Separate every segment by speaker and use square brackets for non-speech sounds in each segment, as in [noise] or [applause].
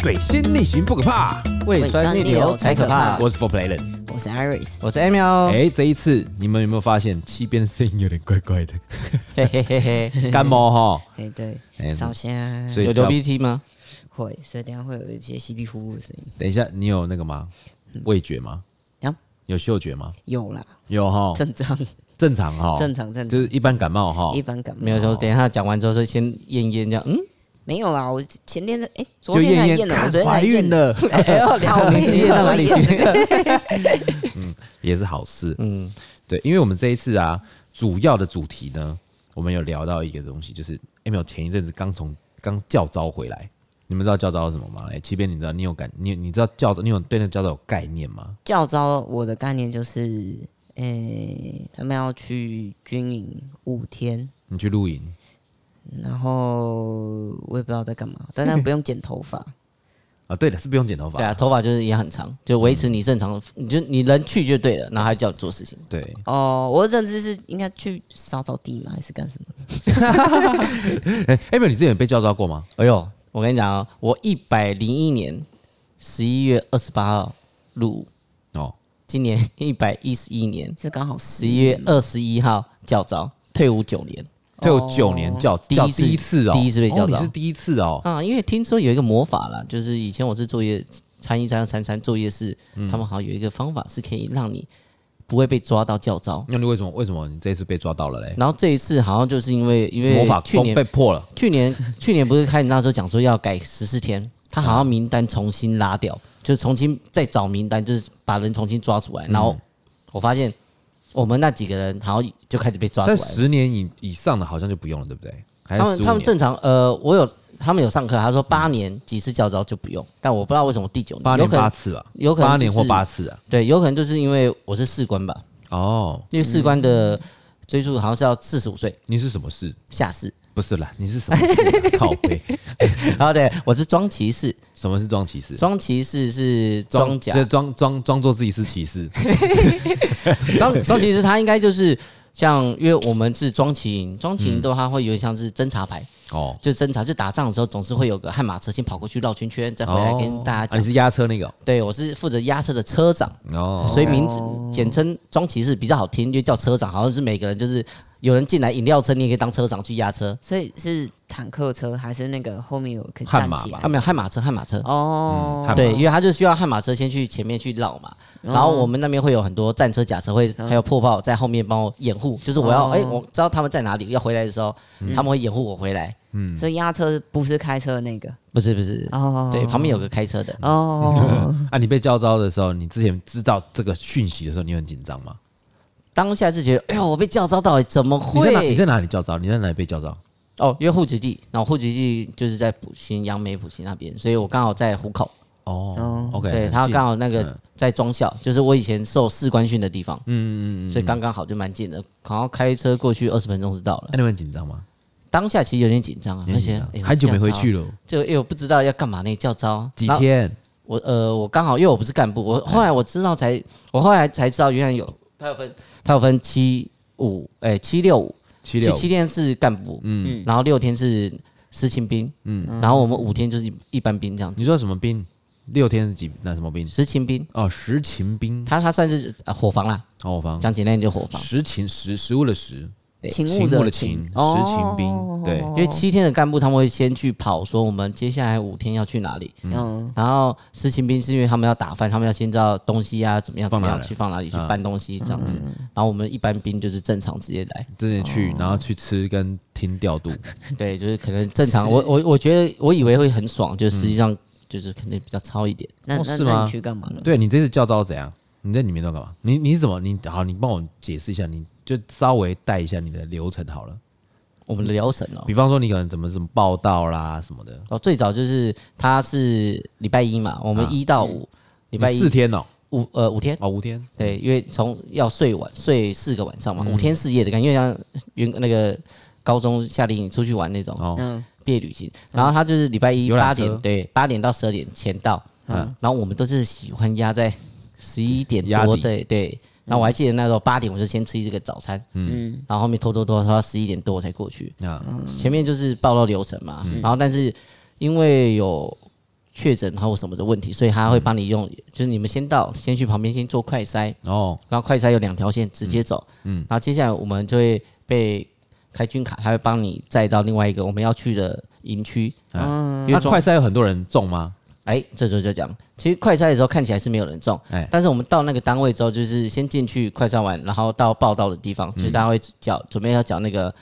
Speaker 1: 水仙逆行不可怕，
Speaker 2: 胃酸逆流才可怕。哦
Speaker 1: 我是 For Playen。
Speaker 2: 我是 Iris，
Speaker 3: 我是 M 喵，
Speaker 1: 哎、这一次你们有没有发现七边的声音有点怪怪
Speaker 2: [laughs]
Speaker 1: 的？
Speaker 3: 嘿嘿嘿
Speaker 1: [laughs]
Speaker 3: 嘿，
Speaker 1: 感冒哈，
Speaker 2: 哎对
Speaker 1: 哎，
Speaker 2: 烧香
Speaker 1: 所以
Speaker 3: 有流鼻涕吗？
Speaker 2: 会，所以等一下会有一些稀里呼噜的声音。
Speaker 1: 等一下你有那个吗？
Speaker 2: 嗯
Speaker 1: 味觉吗？
Speaker 2: 呀，
Speaker 1: 有嗅觉吗？
Speaker 2: 有啦，
Speaker 1: 有哈，
Speaker 2: 正常，
Speaker 1: 正常哈，
Speaker 2: 正常正常
Speaker 1: 就是一般感冒哈
Speaker 2: 一。般感冒
Speaker 3: 没有说，等一下讲完之后就先验验这样，嗯，
Speaker 2: 没有啦。我前天的哎，昨
Speaker 1: 就
Speaker 2: 天才
Speaker 1: 验
Speaker 2: 验
Speaker 1: 验
Speaker 2: 了，我
Speaker 1: 看
Speaker 2: 昨天才
Speaker 1: 怀
Speaker 2: 验
Speaker 1: 孕。了，
Speaker 2: 哎 [laughs] 呦，
Speaker 3: 我
Speaker 2: 靠
Speaker 3: 们
Speaker 2: 背
Speaker 3: 是验到哪里去？
Speaker 1: 也是好事。嗯，对，因为我们这一次啊，主要的主题呢，我们有聊到一个东西，就是 m l 前一阵子刚从刚教招回来，你们知道教招是什么吗？哎、七边，你知道你有感，你你知道教招，你有对那个教招有概念吗？
Speaker 2: 教招我的概念就是，哎，他们要去军营五天，
Speaker 1: 你去露营，
Speaker 2: 然后我也不知道在干嘛，但他不用剪头发，
Speaker 1: 啊，对了，是不用剪头发。
Speaker 3: [laughs] 对啊，头发就是也很长，就维持你正常的，你就你人去就对了，然后还叫你做事情。
Speaker 1: 对，
Speaker 2: 哦，我的认知是应该去扫扫地嘛，还是干什么？
Speaker 1: 哎、欸，m 你之前有被教招过吗？
Speaker 3: 哎呦，我跟你讲哦，我一百零一年十一月二十八号入伍，
Speaker 1: 哦，
Speaker 3: 今年一百一十一年
Speaker 2: 是刚好十
Speaker 3: 十一月二十一号教招，退伍九年
Speaker 1: 对我九年教
Speaker 3: 第一
Speaker 1: 教
Speaker 3: 次
Speaker 1: 第一次哦，
Speaker 3: 第一次被教
Speaker 1: 哦你
Speaker 3: 招
Speaker 1: 是第一次哦，
Speaker 3: 啊，因为听说有一个魔法啦，就是以前我是作业参一参二参三作业室，
Speaker 1: 嗯
Speaker 3: 他们好像有一个方法是可以让你不会被抓到教招。
Speaker 1: 那你为什么为什么你这一次被抓到了嘞？
Speaker 3: 然后这一次好像就是因为因为
Speaker 1: 魔法
Speaker 3: 去
Speaker 1: 攻
Speaker 3: 年
Speaker 1: 被破了，
Speaker 3: 去年去年不是开始那时候讲说要改十四天，他好
Speaker 1: 啊
Speaker 3: 像名单重新拉掉，就是重新再找名单，就是把人重新抓出来。然
Speaker 1: 嗯
Speaker 3: 后我发现我们那几个人好像就开始被抓
Speaker 1: 但
Speaker 3: 出来了。
Speaker 1: 十年以以上的好像就不用了，对不对？还是
Speaker 3: 他们
Speaker 1: 15
Speaker 3: 他们
Speaker 1: 年
Speaker 3: 正常呃，我有他们有上课，他说八年几次教招就不用，但我不知道为什么第九
Speaker 1: 八
Speaker 3: 年有
Speaker 1: 年
Speaker 3: 可
Speaker 1: 八
Speaker 3: 能
Speaker 1: 次吧，
Speaker 3: 有可能
Speaker 1: 八年
Speaker 3: 就是
Speaker 1: 或八次啊。
Speaker 3: 对，有可能就是因为我是士官吧，
Speaker 1: 哦，
Speaker 3: 因为士官的追溯好像是要四十五岁
Speaker 1: 你是什么事？
Speaker 3: 下士，
Speaker 1: 不是啦，你是什么事啊、靠
Speaker 3: [laughs]
Speaker 1: 背，
Speaker 3: 然后对我是装骑士，
Speaker 1: 什么是装骑士？
Speaker 3: 装骑士是装甲
Speaker 1: 就装装装作自己是骑士。
Speaker 3: 装装骑士，他应该就是像，因为我们是装骑营，装骑营
Speaker 1: 嗯
Speaker 3: 的话它会有点像是侦察牌，
Speaker 1: 哦，
Speaker 3: 就侦察，就打仗的时候总是会有个悍马车先跑过去绕圈圈，再回来跟大家
Speaker 1: 啊、你
Speaker 3: 讲。
Speaker 1: 是压车那个哦
Speaker 3: 对我是负责押车的车长，
Speaker 1: 哦，
Speaker 3: 所以名字简称装骑士比较好听，因为叫车长，好像是每个人就是有人进来饮料车，你也可以当车长去押车。
Speaker 2: 所以是坦克车还是那个后面有可以
Speaker 1: 悍
Speaker 2: 站
Speaker 1: 马
Speaker 2: 起
Speaker 1: 吧
Speaker 3: 啊，
Speaker 2: 来？
Speaker 3: 没有悍马车，悍马车。
Speaker 2: 哦
Speaker 1: 嗯，悍马
Speaker 3: 对，因为他就需要悍马车先去前面去绕嘛，然后我们那边会有很多战车、甲车会，还有破炮在后面帮我掩护，就是我要
Speaker 2: 哦
Speaker 3: 哎、我知道他们在哪里，要回来的时候，他们会掩护我回来。
Speaker 2: 所以压车不是开车的那个
Speaker 3: 不是不是，
Speaker 2: 哦，
Speaker 3: 对，旁边有个开车的，
Speaker 1: [laughs]
Speaker 2: 哦，
Speaker 1: [laughs] 啊，你被叫招的时候，你之前知道这个讯息的时候，你很紧张吗？
Speaker 3: 当下是觉得，哎呦，我被叫招到了，怎么
Speaker 1: 你在哪？你在
Speaker 3: 会？
Speaker 1: 哪里叫招？你在哪里被叫招？
Speaker 3: 哦，因为户籍地，然后户籍地就是在补习杨梅补习那边，所以我刚好在虎口，
Speaker 1: 哦 o k
Speaker 3: 对他刚
Speaker 1: 好
Speaker 3: 好那个
Speaker 1: 嗯
Speaker 3: 在庄校，就是我以前受士官训的地方，嗯嗯嗯，所以刚刚好就蛮近的，好像开车过去二十分钟就到了。
Speaker 1: 那你们紧张吗？
Speaker 3: 当下其实有点紧张啊，
Speaker 1: 你
Speaker 3: 而
Speaker 1: 很
Speaker 3: 且
Speaker 1: 紧张
Speaker 3: 哎
Speaker 1: 很久没回去
Speaker 3: 了，
Speaker 1: 了，
Speaker 3: 就又不知道要干嘛那叫招
Speaker 1: 几。
Speaker 3: 然后
Speaker 1: 天？哎
Speaker 3: 我呃，我刚好因为我不是干部，我后来我知道才，我后来才知道原来有他有分，他有分七五哎七六五，
Speaker 1: 七
Speaker 3: 就
Speaker 1: 六
Speaker 3: 七天是干部，嗯，然后六天是实勤兵，嗯，然后我们五天就是一般兵这样子，
Speaker 1: 你说什么兵？六天是几？那什么兵？
Speaker 3: 实勤兵，
Speaker 1: 哦，实勤兵。
Speaker 3: 他他算是呃伙房啦，
Speaker 1: 哦，我方
Speaker 3: 讲简单一点就伙房，
Speaker 1: 实勤实食物的食，勤
Speaker 2: 勤务
Speaker 1: 务
Speaker 2: 的
Speaker 1: 的
Speaker 2: 勤
Speaker 1: 勤，实
Speaker 2: 哦
Speaker 1: 勤兵。对，
Speaker 3: 因为七天的干部他们会先去跑，说我们接下来五天要去哪里，
Speaker 2: 嗯，
Speaker 3: 然后实勤兵是因为他们要打饭，他们要先知道东西啊怎么样怎
Speaker 1: 放
Speaker 3: 么
Speaker 1: 哪
Speaker 3: 样
Speaker 1: 里嗯
Speaker 3: 去放哪里去搬东西这样子。然后我们一般兵就是正常直接来，
Speaker 1: 之前去，然后去吃跟听调度，
Speaker 3: 对，哦就是可能正常。我我我觉得我以为会很爽，就实际上就是可能比较糙一点。
Speaker 2: 那
Speaker 1: 哦
Speaker 2: 那
Speaker 1: 是
Speaker 2: 那
Speaker 1: 吗
Speaker 2: 你去干嘛了？
Speaker 1: 对你这次教招怎样？你在里面都干嘛？你你怎么你好？你帮我解释一下，你就稍微带一下你的流程好了。
Speaker 3: 我们的疗程哦，
Speaker 1: 比方说你可能怎么怎么报道啦什么的，
Speaker 3: 哦，最早就是他是礼拜一嘛，我们一到五，礼拜
Speaker 1: 你
Speaker 3: 一
Speaker 1: 啊嗯四天哦，
Speaker 3: 五呃五天，
Speaker 1: 哦五天，
Speaker 3: 对，因为从要睡晚睡四个晚上嘛，五
Speaker 1: 嗯
Speaker 3: 天四夜的感觉，因为像原那个高中夏令营出去玩那种，
Speaker 1: 哦
Speaker 2: 嗯，
Speaker 3: 毕业旅行，然后他就是礼拜一
Speaker 1: 游
Speaker 3: 八
Speaker 1: 览车
Speaker 3: 点，对，八点到十二点前到，嗯，然后我们都是喜欢压在十一点
Speaker 1: 压
Speaker 3: 多，
Speaker 1: 底
Speaker 3: 对对。然后我还记得那时候八点，我就先吃一个早餐，嗯，啊然后后面拖拖拖拖到十一点多我才过去，
Speaker 1: 那
Speaker 3: 嗯前面就是报到流程嘛，然后但是因为有确诊还有什么的问题，所以他会帮你用，就是你们先到，先去旁边先做快筛，
Speaker 1: 哦，
Speaker 3: 然后快筛有两条线直接走，嗯，然后接下来我们就会被开军卡，他会帮你载到另外一个我们要去的营区，嗯，因为
Speaker 1: 那
Speaker 3: 中
Speaker 1: 快筛有很多人中吗？
Speaker 3: 哎，这就就讲，其实快筛的时候看起来是没有人中，
Speaker 1: 哎
Speaker 3: 但是我们到那个单位之后，就是先进去快筛完，然后到报到的地
Speaker 1: 嗯
Speaker 3: 方，就是大家会缴准备要缴那个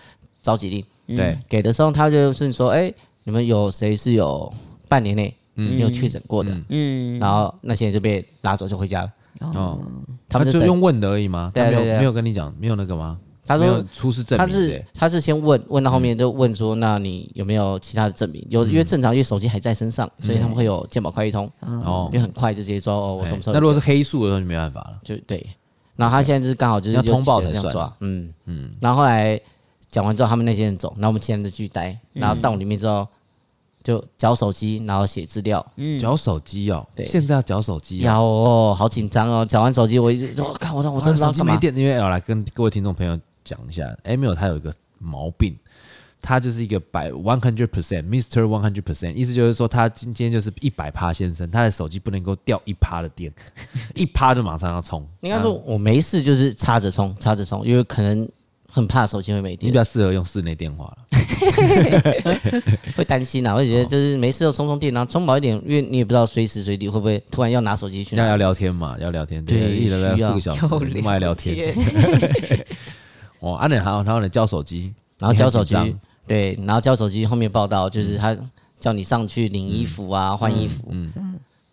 Speaker 3: 召集令，
Speaker 1: 对，
Speaker 3: 给的时候，他就是说，哎、你们有谁是有半年内没有确诊过的？
Speaker 2: 嗯，
Speaker 3: 然后那些人就被拉走就回家了。
Speaker 1: 哦，
Speaker 3: 他们
Speaker 1: 那
Speaker 3: 就
Speaker 1: 就
Speaker 3: 等
Speaker 1: 用问的而已吗？
Speaker 3: 对啊
Speaker 1: 他没有
Speaker 3: 对啊对啊
Speaker 1: 没有跟你讲，没有那个吗？
Speaker 3: 他
Speaker 1: 没有
Speaker 3: 说
Speaker 1: 出示证
Speaker 3: 他
Speaker 1: 明嗯之
Speaker 3: 是
Speaker 1: 类，
Speaker 3: 他是先问问到后面就问说，那你有没有其他的证明？有，因
Speaker 1: 嗯
Speaker 3: 为正常因为手机还在身上，所以他们会有健保快一通，
Speaker 1: 哦
Speaker 3: 因为，很快就直接说哦，我
Speaker 1: 哎
Speaker 3: 什么时候有
Speaker 1: 那如果
Speaker 3: 症
Speaker 1: 是黑素的时候就没办法了。
Speaker 3: 就对。然后他现在就是刚好就是
Speaker 1: 要
Speaker 3: 有
Speaker 1: 通报
Speaker 3: 几个人
Speaker 1: 才算
Speaker 3: 这样抓，嗯嗯。然后后来讲完之后，他们那些人走，然后我们其他人就继续待，然后到里面之后就缴手机，然后写资料，
Speaker 1: 缴手机哦，
Speaker 3: 嗯对
Speaker 1: 现在要缴手机哦，
Speaker 3: 有哦，好紧张哦！讲完手机，我一直我看我哦我真
Speaker 1: 哇
Speaker 3: 的不啊知道
Speaker 1: 手机
Speaker 3: 干
Speaker 1: 没
Speaker 3: 嘛。
Speaker 1: 电，因为哦要来跟各位听众朋友讲一下，Emil 他有一个毛病，他就是一个百 one hundred percent Mister one hundred percent，意思就是说他今天就是一百趴先生，他的手机不能够掉一趴的电， [laughs] 一趴就马上要充。
Speaker 3: 应该说，我没事，就是插着充，插着充，因为可能很怕手机会没
Speaker 1: 你比
Speaker 3: 电，
Speaker 1: 较适合用室内电话了，
Speaker 3: 会担心啊，会觉得就是没事就充充电，然后充饱一点，因为你也不知道随时随地会不会突然要拿手机去
Speaker 1: 要
Speaker 3: 拿。
Speaker 1: 要聊天嘛，要聊天，
Speaker 3: 啊对
Speaker 1: 一聊聊
Speaker 3: 需要
Speaker 1: 四个小时，另外聊天。，
Speaker 3: [laughs]
Speaker 1: 哦，啊，你好，然后呢，交手机，
Speaker 3: 然后交手
Speaker 1: 你很紧
Speaker 3: 机
Speaker 1: 张，嗯
Speaker 3: 对，然后交手机后面报道就是他叫你上去领衣服啊，换衣服。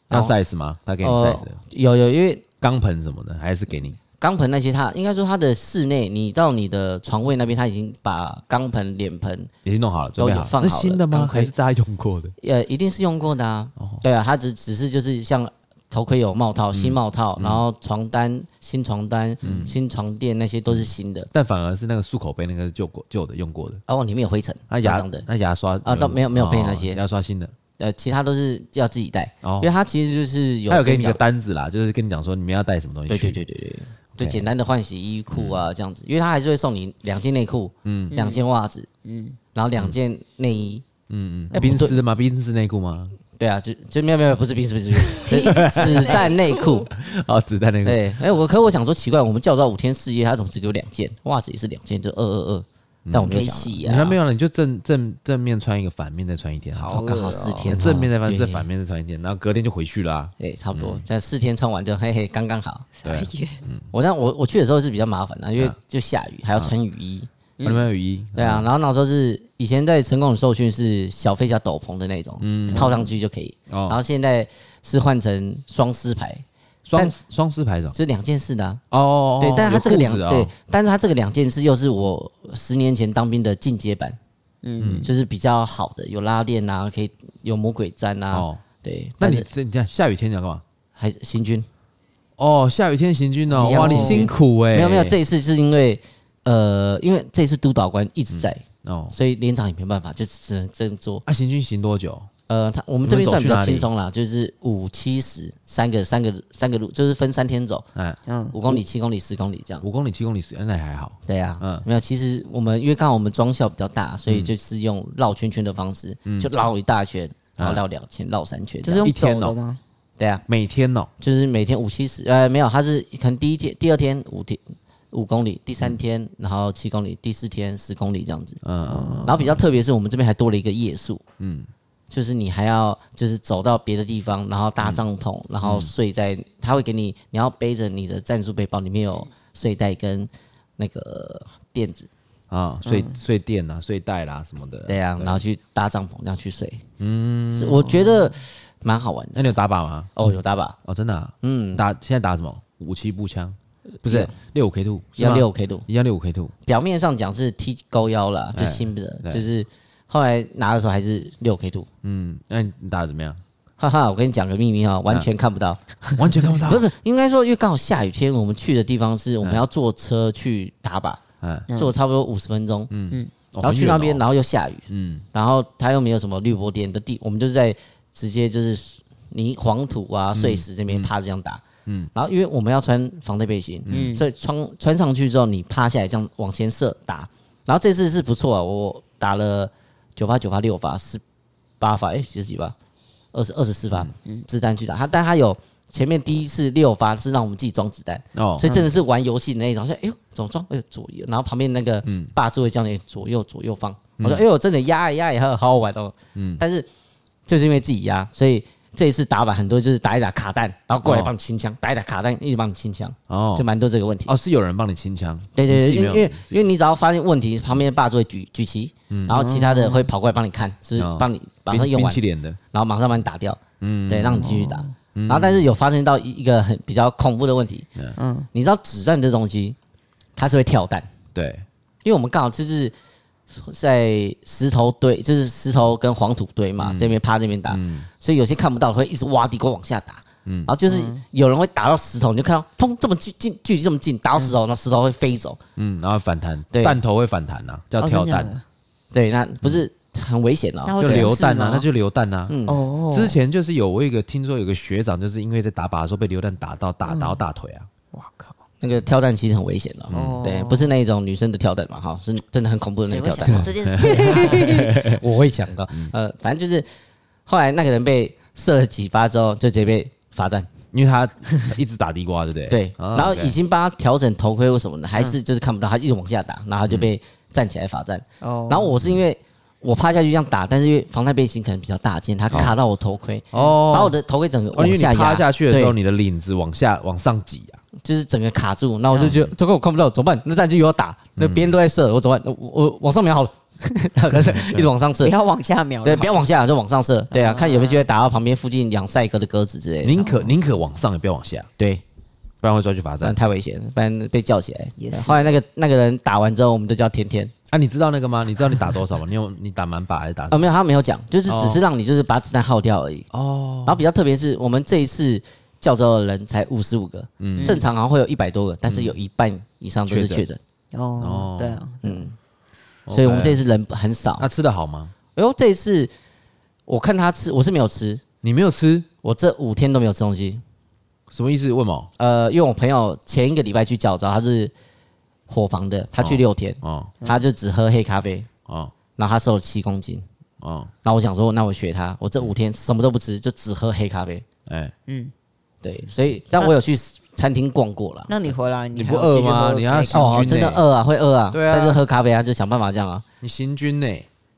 Speaker 1: 要 size 吗？他给你 size，
Speaker 3: 哦有有，因为
Speaker 1: 钢盆什么的，还是给你？
Speaker 3: 钢盆那些他，应该说他的室内，你到你的床位那边，他已经把钢盆、脸盆
Speaker 1: 已经弄好了，准
Speaker 3: 都
Speaker 1: 备
Speaker 3: 有
Speaker 1: 好了。
Speaker 3: 放
Speaker 1: 是
Speaker 3: 好
Speaker 1: 新
Speaker 3: 了
Speaker 1: 的吗？
Speaker 3: 钢盔
Speaker 1: 还是大家用过
Speaker 3: [laughs]
Speaker 1: 的？
Speaker 3: 呃，一定是用过的啊。
Speaker 1: 哦
Speaker 3: 对啊，它只只是就是像头盔有帽
Speaker 1: 嗯
Speaker 3: 套、新帽套，然后床单、新床单、新床垫那些都是新的。
Speaker 1: 但反而是那个漱口杯那个是旧过旧的用过的，
Speaker 3: 哦，里面有灰尘，
Speaker 1: 那
Speaker 3: 脏
Speaker 1: 啊牙
Speaker 3: 脏的。
Speaker 1: 那牙刷
Speaker 3: 啊倒没有没有备那
Speaker 1: 哦
Speaker 3: 些
Speaker 1: 牙刷新的。
Speaker 3: 呃，其他都是要自己带，
Speaker 1: 哦
Speaker 3: 因为它其实就是有
Speaker 1: 他有给你
Speaker 3: 讲
Speaker 1: 个单子啦，就是跟你讲说你们要带什么东西
Speaker 3: 对
Speaker 1: 去。嗯
Speaker 3: 对对对对，就简单的换洗衣裤啊这样子，因为他还是会送你两件内裤，嗯，两件袜子，嗯，然后两件内衣。
Speaker 1: 嗯
Speaker 3: 哎
Speaker 1: 嗯，冰
Speaker 3: 不对
Speaker 1: 丝的吗？冰丝内裤吗？
Speaker 3: 对啊，就就没有没有不是不是不是，不是是子弹内裤，
Speaker 1: 哦，子弹内裤。
Speaker 3: [laughs] 对，哎、我可我想说奇怪，我们叫到五天四夜，他怎么只给我两件袜子也是两件，就二二二，
Speaker 1: 嗯
Speaker 3: 但我没有
Speaker 2: 没
Speaker 3: 想
Speaker 2: 戏
Speaker 1: 你还没
Speaker 2: 啊，
Speaker 1: 有了，你就正正正面穿一个，反面再穿一天。啊
Speaker 3: 好刚好四天哦，
Speaker 1: 正面再穿，
Speaker 3: 对
Speaker 1: 再反，面再穿一天，然后隔天就回去啊啦、
Speaker 3: 对，哎差
Speaker 1: 嗯
Speaker 3: 不多，这四天穿完就嘿嘿刚刚好。
Speaker 2: 傻眼，
Speaker 3: 我那我我去的时候是比较麻烦啊的，因
Speaker 1: 嗯
Speaker 3: 为就下雨还要穿雨衣，
Speaker 1: 啊你们有雨衣？
Speaker 3: 对啊，然后那时候是以前在成功的受训是小飞侠斗篷的那种，就套上去就可以，然
Speaker 1: 嗯哦，
Speaker 3: 后现在是换成双丝牌，
Speaker 1: 双
Speaker 3: 但
Speaker 1: 双丝牌长。
Speaker 3: 是两件事的、啊。
Speaker 1: 哦哦，哦
Speaker 3: 对，但是它
Speaker 1: 有
Speaker 3: 这个
Speaker 1: 裤
Speaker 3: 两、
Speaker 1: 子哦
Speaker 3: 对，但是它这个两件事又是我十年前当兵的进阶版，嗯，就是比较好的，有拉链啊，可以有魔鬼毡啊，
Speaker 1: 哦，
Speaker 3: 对。
Speaker 1: 那
Speaker 3: 但
Speaker 1: 你
Speaker 3: 是
Speaker 1: 这你这样下雨天你要干嘛？
Speaker 3: 还是行军？
Speaker 1: 哦，下雨天行军哦，
Speaker 3: 你要
Speaker 1: 哇，你
Speaker 3: 进去
Speaker 1: 辛苦哎、
Speaker 3: 没有没有，这一次是因为呃，因为这一次督导官一直在，
Speaker 1: 哦
Speaker 3: 所以连长也没办法，就只能这样做。
Speaker 1: 啊，行军行多久？
Speaker 3: 呃，他我们这边算比
Speaker 1: 你
Speaker 3: 较
Speaker 1: 们走去哪里
Speaker 3: 轻松啦，就是五七十三个三个三个路，就是分三天走，
Speaker 1: 哎，
Speaker 2: 嗯，
Speaker 3: 五公里、七公里、十公里这样。
Speaker 1: 五公里、七公里时，哎那还好。
Speaker 3: 对啊，
Speaker 1: 嗯
Speaker 3: 没有。其实我们因为刚好我们庄校比较大，所以就是用绕圈圈的方式，
Speaker 1: 嗯
Speaker 3: 就绕一大圈，
Speaker 1: 啊
Speaker 3: 然后绕两圈，绕三圈这
Speaker 2: 就
Speaker 3: 样。
Speaker 2: 是用
Speaker 1: 一天
Speaker 2: 走
Speaker 1: 哦
Speaker 2: 的吗？
Speaker 3: 对啊，
Speaker 1: 每天哦，
Speaker 3: 就是每天五七十，呃，没有，他是可能第一天、第二天五天五公里，第三天然后七公里，第四天十公里这样子。
Speaker 1: 嗯，
Speaker 3: 然后比较特别是我们这边还多了一个夜宿，嗯，就是你还要就是走到别的地方，然后搭帐
Speaker 1: 嗯
Speaker 3: 篷，然后睡在，他会给你，你要背着你的战术背包，里面有睡袋跟那个垫子。
Speaker 1: 啊，睡睡垫啊，睡袋啦什么的。
Speaker 3: 嗯对啊，然后去搭帐篷，这样去睡。嗯，是我觉得蛮好玩
Speaker 1: 那
Speaker 3: 的。
Speaker 1: 你有打靶吗？
Speaker 3: 哦，有打靶，
Speaker 1: 哦，真的、啊，嗯，打现在打什么？五七步枪，不是六五 K two，
Speaker 3: 幺六 K 度，
Speaker 1: 一样六五 K two，
Speaker 3: 表面上讲是 T 勾腰啦，就
Speaker 1: 哎
Speaker 3: 新的，
Speaker 1: 对
Speaker 3: 就是后来拿的时候还是六 K 度。
Speaker 1: 嗯，那你打得怎么
Speaker 3: [laughs]
Speaker 1: 样？
Speaker 3: 哈哈，我跟你讲个秘密啊，完全看不到。
Speaker 1: 完全看不到
Speaker 3: 不是，不是应该说，因为刚好下雨天，我们去的地方是我
Speaker 1: 哎
Speaker 3: 们要坐车去打靶，
Speaker 1: 嗯，
Speaker 3: 坐差不多五十分钟，
Speaker 1: 哦
Speaker 3: 然后去那边，，
Speaker 1: 很远哦
Speaker 3: 然后又下雨，
Speaker 1: 嗯，
Speaker 3: 然后它又没有什么绿波点的地，我们就是在直接就是泥黄土啊、碎石这边趴着这样打。嗯，然后因为我们要穿防弹背心，嗯，所以穿穿上去之后，你趴下来这样往前射打。然后这次是不错啊，我打了九发、九发、六发、十八发，哎，十几发，二十二十四发子弹去打他，但他有前面第一次六发是让我们自己装子弹，
Speaker 1: 哦
Speaker 3: 所以真的是玩游戏的那一种，说哎呦怎么装？哎呦左右，然后旁边那个
Speaker 1: 嗯
Speaker 3: 霸座位教练左右左右放，我说哎呦真的压一压也好好玩哦，
Speaker 1: 嗯
Speaker 3: 但是就是因为自己压，所以这一次打法很多就是打一打卡弹，然后过来
Speaker 1: 哦
Speaker 3: 帮你清枪，打一打卡弹一直帮你清枪，就
Speaker 1: 哦
Speaker 3: 蛮多这个问题。
Speaker 1: 哦，是有人帮你清枪，
Speaker 3: 对对
Speaker 1: 你自
Speaker 3: 对，
Speaker 1: 己
Speaker 3: 因
Speaker 1: 没
Speaker 3: 为
Speaker 1: 有
Speaker 3: 因为因为你只要发现问题，旁边的霸座会举举旗，然后其他的会跑过来帮你看，是
Speaker 1: 嗯哦
Speaker 3: 帮你马上用
Speaker 1: 冰
Speaker 3: 完
Speaker 1: 淇，淋的
Speaker 3: 然后马上把你打掉，对，让你继续
Speaker 2: 哦
Speaker 3: 打。然后但是有发现到一一个很比较恐怖的问题，
Speaker 2: 嗯，
Speaker 3: 你知道子弹这东西它是会跳弹，
Speaker 1: 对，
Speaker 3: 因为我们刚好就是在石头堆，就是石头跟黄土堆嘛，这边趴这边打，所以有些看不到会一直挖地沟往下打。然后就是
Speaker 2: 嗯
Speaker 3: 有人会打到石头，你就看到砰这么近近距离这么近，打到石头，那石头会飞走。
Speaker 1: 嗯，然后反弹，
Speaker 3: 对
Speaker 1: 弹头会反弹呐，叫
Speaker 2: 哦
Speaker 1: 跳
Speaker 2: 真假
Speaker 1: 弹，
Speaker 2: 的
Speaker 3: 对，那不是很危险
Speaker 2: 那
Speaker 3: 哦。
Speaker 2: 会
Speaker 1: 就
Speaker 2: 出
Speaker 1: 流
Speaker 2: 事
Speaker 1: 弹呐
Speaker 2: 吗，
Speaker 1: 那就流弹呐。
Speaker 3: 嗯
Speaker 2: 哦，
Speaker 1: 之前就是有我有一个听说有个学长，就是因为在打靶的时候被流弹打到
Speaker 3: 嗯
Speaker 1: 打打到大腿啊，
Speaker 2: 我靠，
Speaker 3: 那个跳弹其实很危险的、
Speaker 2: 嗯
Speaker 3: 对，不是那种女生的跳弹嘛，哈，是真的很恐怖的那
Speaker 2: 谁
Speaker 3: 个
Speaker 2: 会
Speaker 3: 跳
Speaker 2: 想
Speaker 3: 弹
Speaker 2: 到。这件事
Speaker 3: [laughs]
Speaker 2: 啊？
Speaker 3: 我会想到，
Speaker 1: 嗯
Speaker 3: 呃，反正就是后来那个人被射了几发之后，就直接被罚站。
Speaker 1: 因为他一直打地瓜，对不对？
Speaker 3: 对，
Speaker 1: 啊
Speaker 3: 然后
Speaker 1: OK 嗯
Speaker 3: 已经帮他调整头盔或什么的，还是就是看不到，他一直往下打，然后他就被站起来罚站。
Speaker 2: 哦，
Speaker 3: 然后我是因为我趴下去这样打，但是因为防弹背心可能比较大件，他卡到我头盔，
Speaker 1: 哦，
Speaker 3: 把我的头盔整个
Speaker 1: 哦，因
Speaker 3: 往
Speaker 1: 为你
Speaker 3: 下压
Speaker 1: 趴下去的时候，
Speaker 3: 对
Speaker 1: 你的领子往下往上挤啊。
Speaker 3: 就是整个卡住，那我就觉得这个我看不到，怎么办？那弹就有打，那别人都在射，我怎么办？我我往上瞄
Speaker 1: [laughs]
Speaker 3: 好了，但是一直往上
Speaker 2: [laughs] 不
Speaker 3: 射，
Speaker 2: 要往下瞄了，
Speaker 3: 对，不要往下，就往上射，对啊，看有没有机会打到旁边附近养赛鸽的鸽子之类的，
Speaker 1: 宁可宁可往上，也不要往下，
Speaker 3: 对，
Speaker 1: 不然会抓去罚
Speaker 3: 不然
Speaker 1: 站。
Speaker 3: 太危险了，不然被叫起来。
Speaker 2: 也
Speaker 3: 对
Speaker 2: 是
Speaker 3: 后来那个那个人打完之后，我们就叫天天，
Speaker 1: 啊，你知道那个吗？你知道你打多少吗？你有你打满靶还是打
Speaker 3: 啊，？没有，他没有讲，就是
Speaker 1: 哦
Speaker 3: 只是让你就是把子弹耗掉而已。
Speaker 1: 哦，
Speaker 3: 然后比较特别是我们这一次叫招的人才五十五个，正常好像会有一百多个，但是有一半以上都是
Speaker 1: 嗯确诊
Speaker 3: 确诊，嗯
Speaker 2: 哦，对啊，
Speaker 3: 所以我们
Speaker 1: OK
Speaker 3: 这次人很少
Speaker 1: 啊那。吃的好吗？
Speaker 3: 哎呦，这一次我看他吃，我是没有吃，
Speaker 1: 你没有吃，
Speaker 3: 我这五天都没有吃东西。
Speaker 1: 什么意思？问某
Speaker 3: 呃，因为我朋友前一个礼拜去教招，他是伙房的，他去
Speaker 1: 哦
Speaker 3: 六天，
Speaker 1: 哦
Speaker 3: 他就只喝黑咖啡，
Speaker 1: 哦
Speaker 3: 然后他瘦了七公斤。
Speaker 1: 哦，
Speaker 3: 然后我想说，那我学他，我这五天什么都不吃，就只喝黑咖啡。
Speaker 1: 哎，
Speaker 3: 对，所以但我有去餐厅逛过了。
Speaker 2: 那你回来你
Speaker 1: 你
Speaker 2: 还
Speaker 1: 不
Speaker 2: 要
Speaker 1: 饿
Speaker 2: 继续
Speaker 1: 吗
Speaker 2: 喝
Speaker 1: 你要
Speaker 2: 黑咖啡
Speaker 3: 哦，
Speaker 1: 行军
Speaker 3: 真的
Speaker 1: 呢
Speaker 3: 饿啊，会饿啊。
Speaker 1: 对啊
Speaker 3: 但是喝咖啡啊，就想办法这样啊。
Speaker 1: 你行军呢？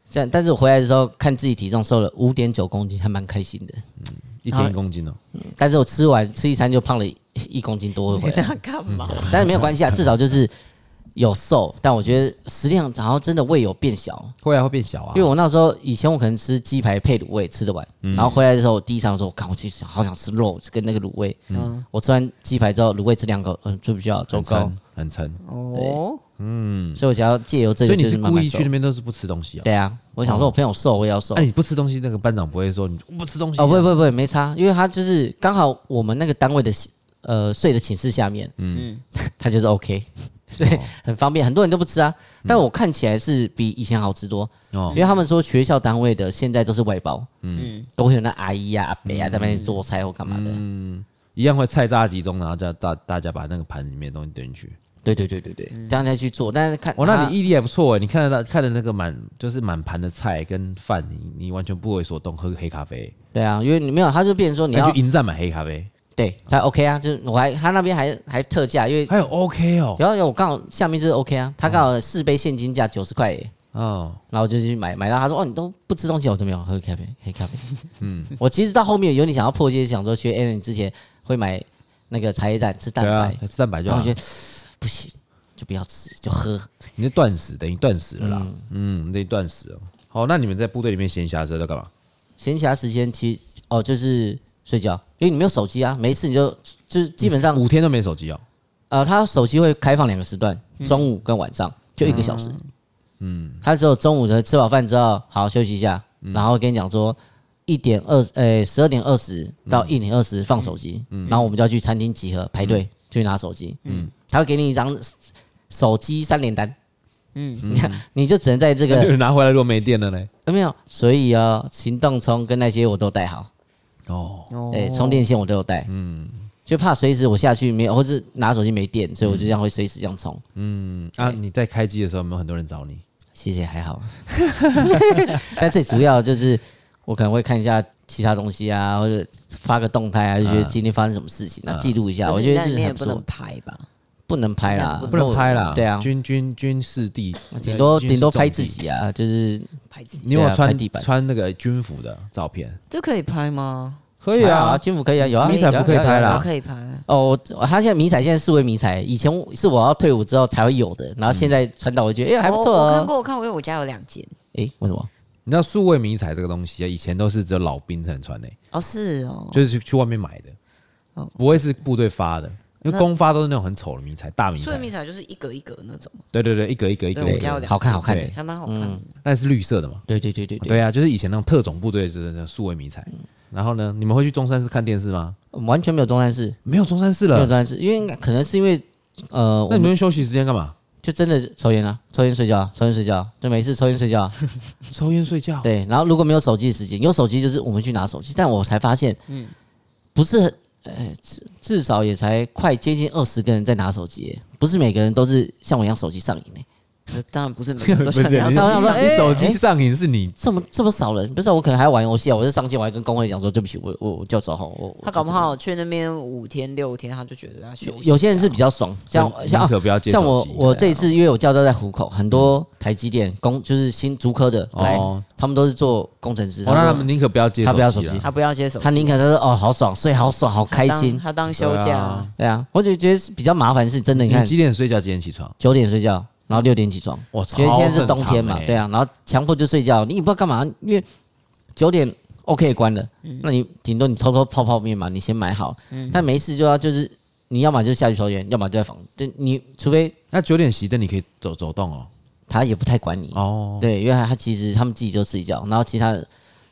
Speaker 3: 这样，但是我回来的时候看自己体重瘦了五点九公斤，还蛮开心的。
Speaker 1: 一天一公斤哦，
Speaker 3: 但是我吃完吃一餐就胖了一一公斤多回
Speaker 2: [laughs] 你
Speaker 3: 来
Speaker 2: 在，干嘛？
Speaker 3: 但是没有关
Speaker 1: [laughs]
Speaker 3: 系啊，至少就是有瘦。但我觉得食量好像真的胃有变小，
Speaker 1: 会啊，会变小啊。嗯
Speaker 3: 因为我那时候以前我可能吃鸡排配卤味吃得完，然后回来的时候我第一餐我说我靠，我去好想吃肉跟那个卤味。
Speaker 2: 嗯，
Speaker 3: 我吃完鸡排之后卤味吃两口，嗯，吃不下，糟
Speaker 1: 很
Speaker 3: 糕。
Speaker 1: 撑，很撑。
Speaker 2: 哦，
Speaker 3: 所以我想要借由这
Speaker 1: 嗯所
Speaker 3: 个
Speaker 1: 以你
Speaker 3: 就是是慢
Speaker 1: 故
Speaker 3: 慢
Speaker 1: 意
Speaker 3: 瘦
Speaker 1: 去。那边都是不吃东西啊？
Speaker 3: 对啊，我想说我朋友瘦我也要瘦
Speaker 1: 那。你不吃东西，那个班长不会说你不吃东西啊
Speaker 3: 哦，不会不会不会，没差，因为他就是刚好我们那个单位的呃睡的寝室下面，
Speaker 2: 嗯，
Speaker 3: [laughs] 他就是 OK，所
Speaker 1: 哦
Speaker 3: 以很方便，很多人都不吃啊。但我看起来是比以前好吃多，
Speaker 1: 嗯哦
Speaker 3: 因为他们说学校单位的现在都是外包，
Speaker 2: 嗯，
Speaker 3: 都会有那阿姨啊、阿伯
Speaker 1: 嗯
Speaker 3: 啊在那边做菜或干嘛的。
Speaker 1: 一样会菜渣集中，然后叫大大家把那个盘里面的东西丢进去。
Speaker 3: 对对对对对，这样再去做。但是看
Speaker 1: 哦，那
Speaker 3: 他
Speaker 1: 你毅力还不错哎，你看得到看的那个满就是满盘的菜跟饭，你你完全不为所动，喝黑咖啡，
Speaker 3: 对啊，因为你没有，他就变成说你
Speaker 1: 那
Speaker 3: 要
Speaker 1: 去迎战买黑咖啡，
Speaker 3: 对他 OK 啊，就是我还他那边还还特价，因为
Speaker 1: 还有 OK 哦，
Speaker 3: 然后我刚好下面就是 OK 啊，他刚好四杯现金价九十块耶，
Speaker 1: 哦，
Speaker 3: 然后我就去买买到他说哦你都不吃东西，我都没有喝咖啡黑咖啡。 [laughs] 嗯，我其实到后面有点想要破戒，想说学 a l n 你之前会买那个茶叶蛋吃蛋
Speaker 1: 对啊
Speaker 3: 白，，
Speaker 1: 吃蛋白就
Speaker 3: 然后
Speaker 1: 好
Speaker 3: 我，觉得不行，就不要吃就喝。
Speaker 1: 你是断食，等于断食了啦，嗯，你等于断食哦。好，那你们在部队里面闲暇的时候在干嘛？
Speaker 3: 闲暇时间其实哦就是睡觉，因为你没有手机啊，没事你就就是基本上
Speaker 1: 五天都没手机哦，
Speaker 3: 呃，他手机会开放两个时段，中午跟晚上，就一个小时。嗯，他只有中午的吃饱饭之后，好休息一下，然后跟你讲说一点二呃十二点二十到一点二十放手机，然后我们就要去餐厅集合排队去拿手机。嗯，他会给你一张手机三连单。嗯，你看， [laughs] 你就只能在这
Speaker 1: 那就
Speaker 3: 个呃
Speaker 1: 是拿回来如果没电了呢？
Speaker 3: 有没有？所以啊，行动充跟那些我都带好，
Speaker 1: 哦，
Speaker 2: 哦
Speaker 3: 对，充电线我都有带。嗯。就怕随时我下去没有，或是拿手机没电，所以我就这样会随时这样充。
Speaker 1: 嗯
Speaker 3: 哎
Speaker 1: 啊，你在开机的时候有没有很多人找你？
Speaker 3: [laughs] 谢谢，还好。但最主要就是我可能会看一下其他东西啊，或者发个动态啊，就觉得今天发生什么事情，那
Speaker 1: 嗯
Speaker 3: 记录一下，啊我觉得
Speaker 2: 但
Speaker 3: 这
Speaker 2: 你
Speaker 3: 是
Speaker 2: 也
Speaker 3: 很不
Speaker 2: 不
Speaker 3: 错
Speaker 2: 能。拍吧？
Speaker 3: 不能拍
Speaker 2: 应该
Speaker 3: 啦
Speaker 2: 是，
Speaker 1: 不能拍啦，
Speaker 3: 呃对啊，
Speaker 1: 军军军事地，呃
Speaker 3: 顶多
Speaker 1: 军事
Speaker 3: 顶多拍
Speaker 1: 重
Speaker 3: 自
Speaker 1: 地。
Speaker 3: 己啊，就是
Speaker 2: 拍自己
Speaker 1: 你有没
Speaker 3: 对
Speaker 1: 有
Speaker 3: 啊
Speaker 1: 穿
Speaker 3: 拍地板
Speaker 1: 穿那个军服的照片？
Speaker 2: 这可以拍吗？
Speaker 1: 可以
Speaker 3: 还好
Speaker 1: 啊，
Speaker 3: 军服可以啊，有啊，
Speaker 1: 迷彩不可以
Speaker 3: 有啊有啊
Speaker 1: 拍啦
Speaker 3: 有啊
Speaker 2: 我可以拍，
Speaker 3: 哦，我他现在迷彩现在视为迷彩，以前是我要退伍之后才会有的，然后现在传导我觉得哎、还不错
Speaker 2: 嗯我我
Speaker 3: 哦
Speaker 2: 看。过，我看过，因为我家有两件。
Speaker 3: 哎、为什么？
Speaker 1: 你知道数位迷彩这个东西啊，以前都是只有老兵才能穿的、
Speaker 2: 哦，是哦，
Speaker 1: 就是去去外面买的
Speaker 2: 哦，
Speaker 1: 不会是部队发的，因为
Speaker 2: 那
Speaker 1: 公发都是那种很丑的迷彩，大迷
Speaker 2: 所以
Speaker 1: 彩
Speaker 2: 迷，彩就是一格一格那种，嗯
Speaker 1: 对对对，一格一格一格
Speaker 2: 对
Speaker 1: 一
Speaker 2: 我家有
Speaker 1: 格
Speaker 2: 两，
Speaker 3: 好看好看
Speaker 1: 对
Speaker 3: 的，
Speaker 2: 还蛮好看的。
Speaker 1: 那是绿色的嘛？
Speaker 3: 对对对对对。嗯
Speaker 1: 对啊，就是以前那种特种部队就是那种数位迷彩。然后呢，你们会去中山市看电视吗？
Speaker 3: 我们完全没有中山市，
Speaker 1: 没有中山市
Speaker 3: 没有
Speaker 1: 了
Speaker 3: 中，山市，因为可能是因为呃，
Speaker 1: 那
Speaker 3: 我
Speaker 1: 你
Speaker 3: 们
Speaker 1: 们休息时间干嘛？
Speaker 3: 就真的抽烟啊，抽烟睡觉啊，抽烟睡觉啊，就没事抽烟睡
Speaker 2: [laughs]
Speaker 3: 觉啊。
Speaker 1: 抽烟睡觉。
Speaker 3: 对，然后如果没有手机的时间，有手机就是我们去拿手机，但我才发现，嗯，不是很，呃，至至少也才快接近二十个人在拿手机耶，不是每个人都是像我一样手机上瘾的。
Speaker 2: 呃当然不是每
Speaker 3: [laughs]
Speaker 2: 个人
Speaker 1: 不
Speaker 2: 都想
Speaker 1: 是，
Speaker 2: 要
Speaker 1: 你
Speaker 2: 上
Speaker 3: 上上
Speaker 1: 你
Speaker 3: 哎
Speaker 1: 手机上瘾是你
Speaker 3: 这么这么少人，不是我可能还要玩游戏啊，我就上线，我还跟工会讲说对不起，我我我就走后，我我
Speaker 2: 他搞不好去那边五天六天，他就觉得他休息
Speaker 3: 有些人是比较爽，像
Speaker 1: 嗯
Speaker 3: 像
Speaker 1: 宁可不要接
Speaker 3: 像
Speaker 1: 手
Speaker 3: 我
Speaker 1: 机啊
Speaker 3: 我这一次因为我教都在虎口，很多台积电工就是新竹科的来
Speaker 1: 哦，
Speaker 3: 他们都是做工程师，
Speaker 1: 哦，那
Speaker 3: 说
Speaker 1: 他们宁可不要接，
Speaker 3: 他不要手
Speaker 1: 了
Speaker 3: 机
Speaker 2: 他不要接手机，
Speaker 3: 他宁可他说哦好爽，睡好爽，好开
Speaker 2: 当
Speaker 3: 心，
Speaker 2: 他当休
Speaker 1: 对
Speaker 2: 假
Speaker 1: 啊。
Speaker 3: 对啊，我就觉得比较麻烦是真的，你看
Speaker 1: 你几点睡觉？几点起床？
Speaker 3: 九点睡觉，然后六点起床，
Speaker 1: 哇，
Speaker 3: 因为
Speaker 1: 超
Speaker 3: 现在是
Speaker 1: 正
Speaker 3: 冬天嘛
Speaker 1: 常，欸
Speaker 3: 对啊，然后强迫就睡觉，你也不知道干嘛，因为九点 OK 关了，那你顶多你偷偷泡泡面嘛，你先买好，但没事就要就是你要么就下去抽烟，要么就在房，就你除非
Speaker 1: 那九点熄灯，你可以走走动哦。
Speaker 3: 他也不太管你，
Speaker 1: 哦，
Speaker 3: 对，因为他其实他们自己就睡觉，然后其他的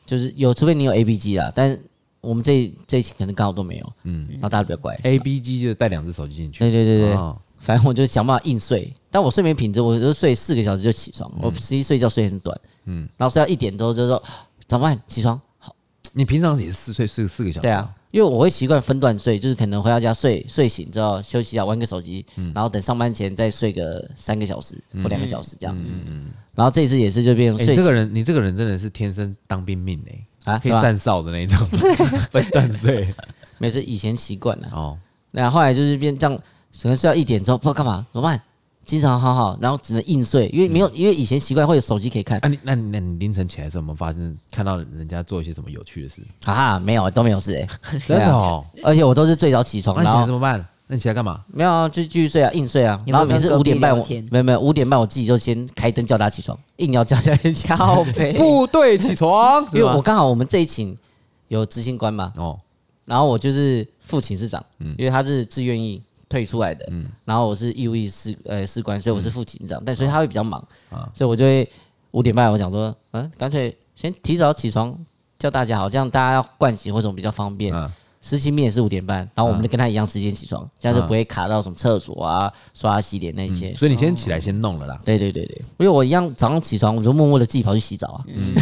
Speaker 3: 就是有，除非你有 A B G 啦，但我们这一这一期可能刚好都没有，嗯，然后大家比较乖，
Speaker 1: A B G 就是带两只手机进去。
Speaker 3: 对对对对，
Speaker 1: 哦
Speaker 3: 反正我就想办法硬睡，但我睡眠品质，我就睡四个小时就起床，我实际睡觉睡很短，嗯，然后睡到一点多就说早饭起床，
Speaker 1: 你平常也是四睡四四个小时？
Speaker 3: 对啊，，因为我会习惯分段睡，就是可能回到家睡睡醒之后休息一下，玩个手机，然后等上班前再睡个三个小时或两个小时这样，嗯嗯，然后这一次也是就变成
Speaker 1: 哎，
Speaker 3: 睡
Speaker 1: 这
Speaker 3: 醒
Speaker 1: 个人，你这个人真的是天生当兵命哎，
Speaker 3: 啊，
Speaker 1: 可
Speaker 3: 是
Speaker 1: 以
Speaker 3: 吧？
Speaker 1: 站哨的那
Speaker 3: [laughs]
Speaker 1: 一种，分段睡。
Speaker 3: 没有，是以前习惯了，
Speaker 1: 哦，
Speaker 3: 然后后来就是变这样，可能睡到一点之后不知道干嘛，怎么办？经常好好，然后只能硬睡，因为没有，因为以前习惯会有手机可以看。
Speaker 1: 那你那你那你凌晨起来的时候，有没有发现看到人家做一些什么有趣的事？
Speaker 3: 啊，没有，都没有事
Speaker 2: [laughs]
Speaker 3: 哎、
Speaker 1: 真的哦，
Speaker 3: 而且我都是最早起床，
Speaker 1: 那你
Speaker 3: 哦然
Speaker 1: 起来怎
Speaker 3: 后
Speaker 1: 么办？那你起来干嘛？
Speaker 3: 没有啊，就继续睡啊，硬睡啊。
Speaker 2: 你
Speaker 3: 然后
Speaker 2: 们有没
Speaker 3: 每
Speaker 2: 有
Speaker 3: 次五
Speaker 2: 跟隔壁
Speaker 3: 点半
Speaker 2: 聊
Speaker 3: 我
Speaker 2: 天
Speaker 3: 没有没有五点半我自己就先开灯叫他起床，硬要叫他起
Speaker 2: 靠
Speaker 3: 床，
Speaker 2: 背，
Speaker 1: 部队起床，
Speaker 3: 哎 [laughs] 因为我
Speaker 1: 是吗
Speaker 3: 刚好我们这一寝有执行官嘛，
Speaker 1: 哦，
Speaker 3: 然后我就是副寝室长，
Speaker 1: 嗯
Speaker 3: 因为他是自愿意退出来的，然后我是义务役士呃士官，所以我是副寝长，但所以他会比较忙，
Speaker 1: 嗯啊
Speaker 3: 所以我就会五点半我讲说，嗯，干脆先提早起床叫大家好，这样大家要盥洗或什么比较方便。
Speaker 1: 嗯
Speaker 3: 实习面也是五点半，然后我们就跟他一样时间起床，这样就不会卡到什么厕所啊、刷牙洗脸那些。
Speaker 1: 所以你先起来先弄了啦。
Speaker 3: 对对对对，因为我一样早上起床，我就默默的自己跑去洗澡啊。
Speaker 1: 嗯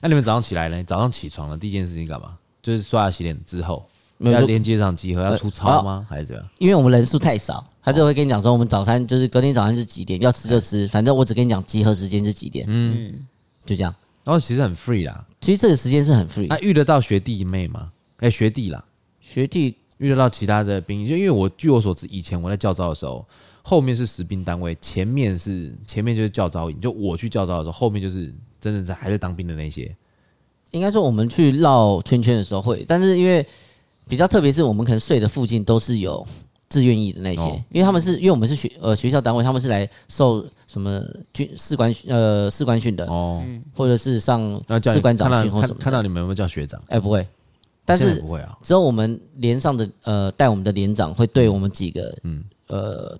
Speaker 1: 那你们早上起来呢？早上起床了，第一件事情干嘛？就是刷牙洗脸之后，
Speaker 3: 没有
Speaker 1: 要
Speaker 3: 就呃
Speaker 1: 连接上集合，要出操吗？还是怎样？
Speaker 3: 因为我们人数太少，他就会跟你讲说，我们早餐就是隔天早上是几点，要吃就
Speaker 1: 嗯
Speaker 3: 吃，反正我只跟你讲集合时间是几点，嗯，就这样。
Speaker 1: 然后其实很 free 啦。
Speaker 3: 其实这个时间是很 free，、
Speaker 1: 那遇得到学弟妹吗？哎、学弟啦，
Speaker 3: 学弟
Speaker 1: 遇得到其他的兵，就因为我据我所知，以前我在教招的时候，后面是实兵单位，前面是前面就是教招营，就我去教招的时候，后面就是真的是还在当兵的那些。
Speaker 3: 应该说我们去绕圈圈的时候会，但是因为比较特别是我们可能睡的附近都是有自愿意的那些，
Speaker 1: 哦
Speaker 3: 因为他们是因为我们是学呃学校单位，他们是来受什么军士官呃士官训的，
Speaker 1: 哦，
Speaker 3: 或者是上
Speaker 1: 那叫
Speaker 3: 士
Speaker 1: 你
Speaker 3: 官
Speaker 1: 看到
Speaker 3: 长训或什
Speaker 1: 看
Speaker 3: 么的
Speaker 1: 看到你们有没有叫学长？
Speaker 3: 哎、不会，但
Speaker 1: 现在
Speaker 3: 是
Speaker 1: 不会啊，
Speaker 3: 只有我们连上的呃带我们的连长会对我们几个嗯呃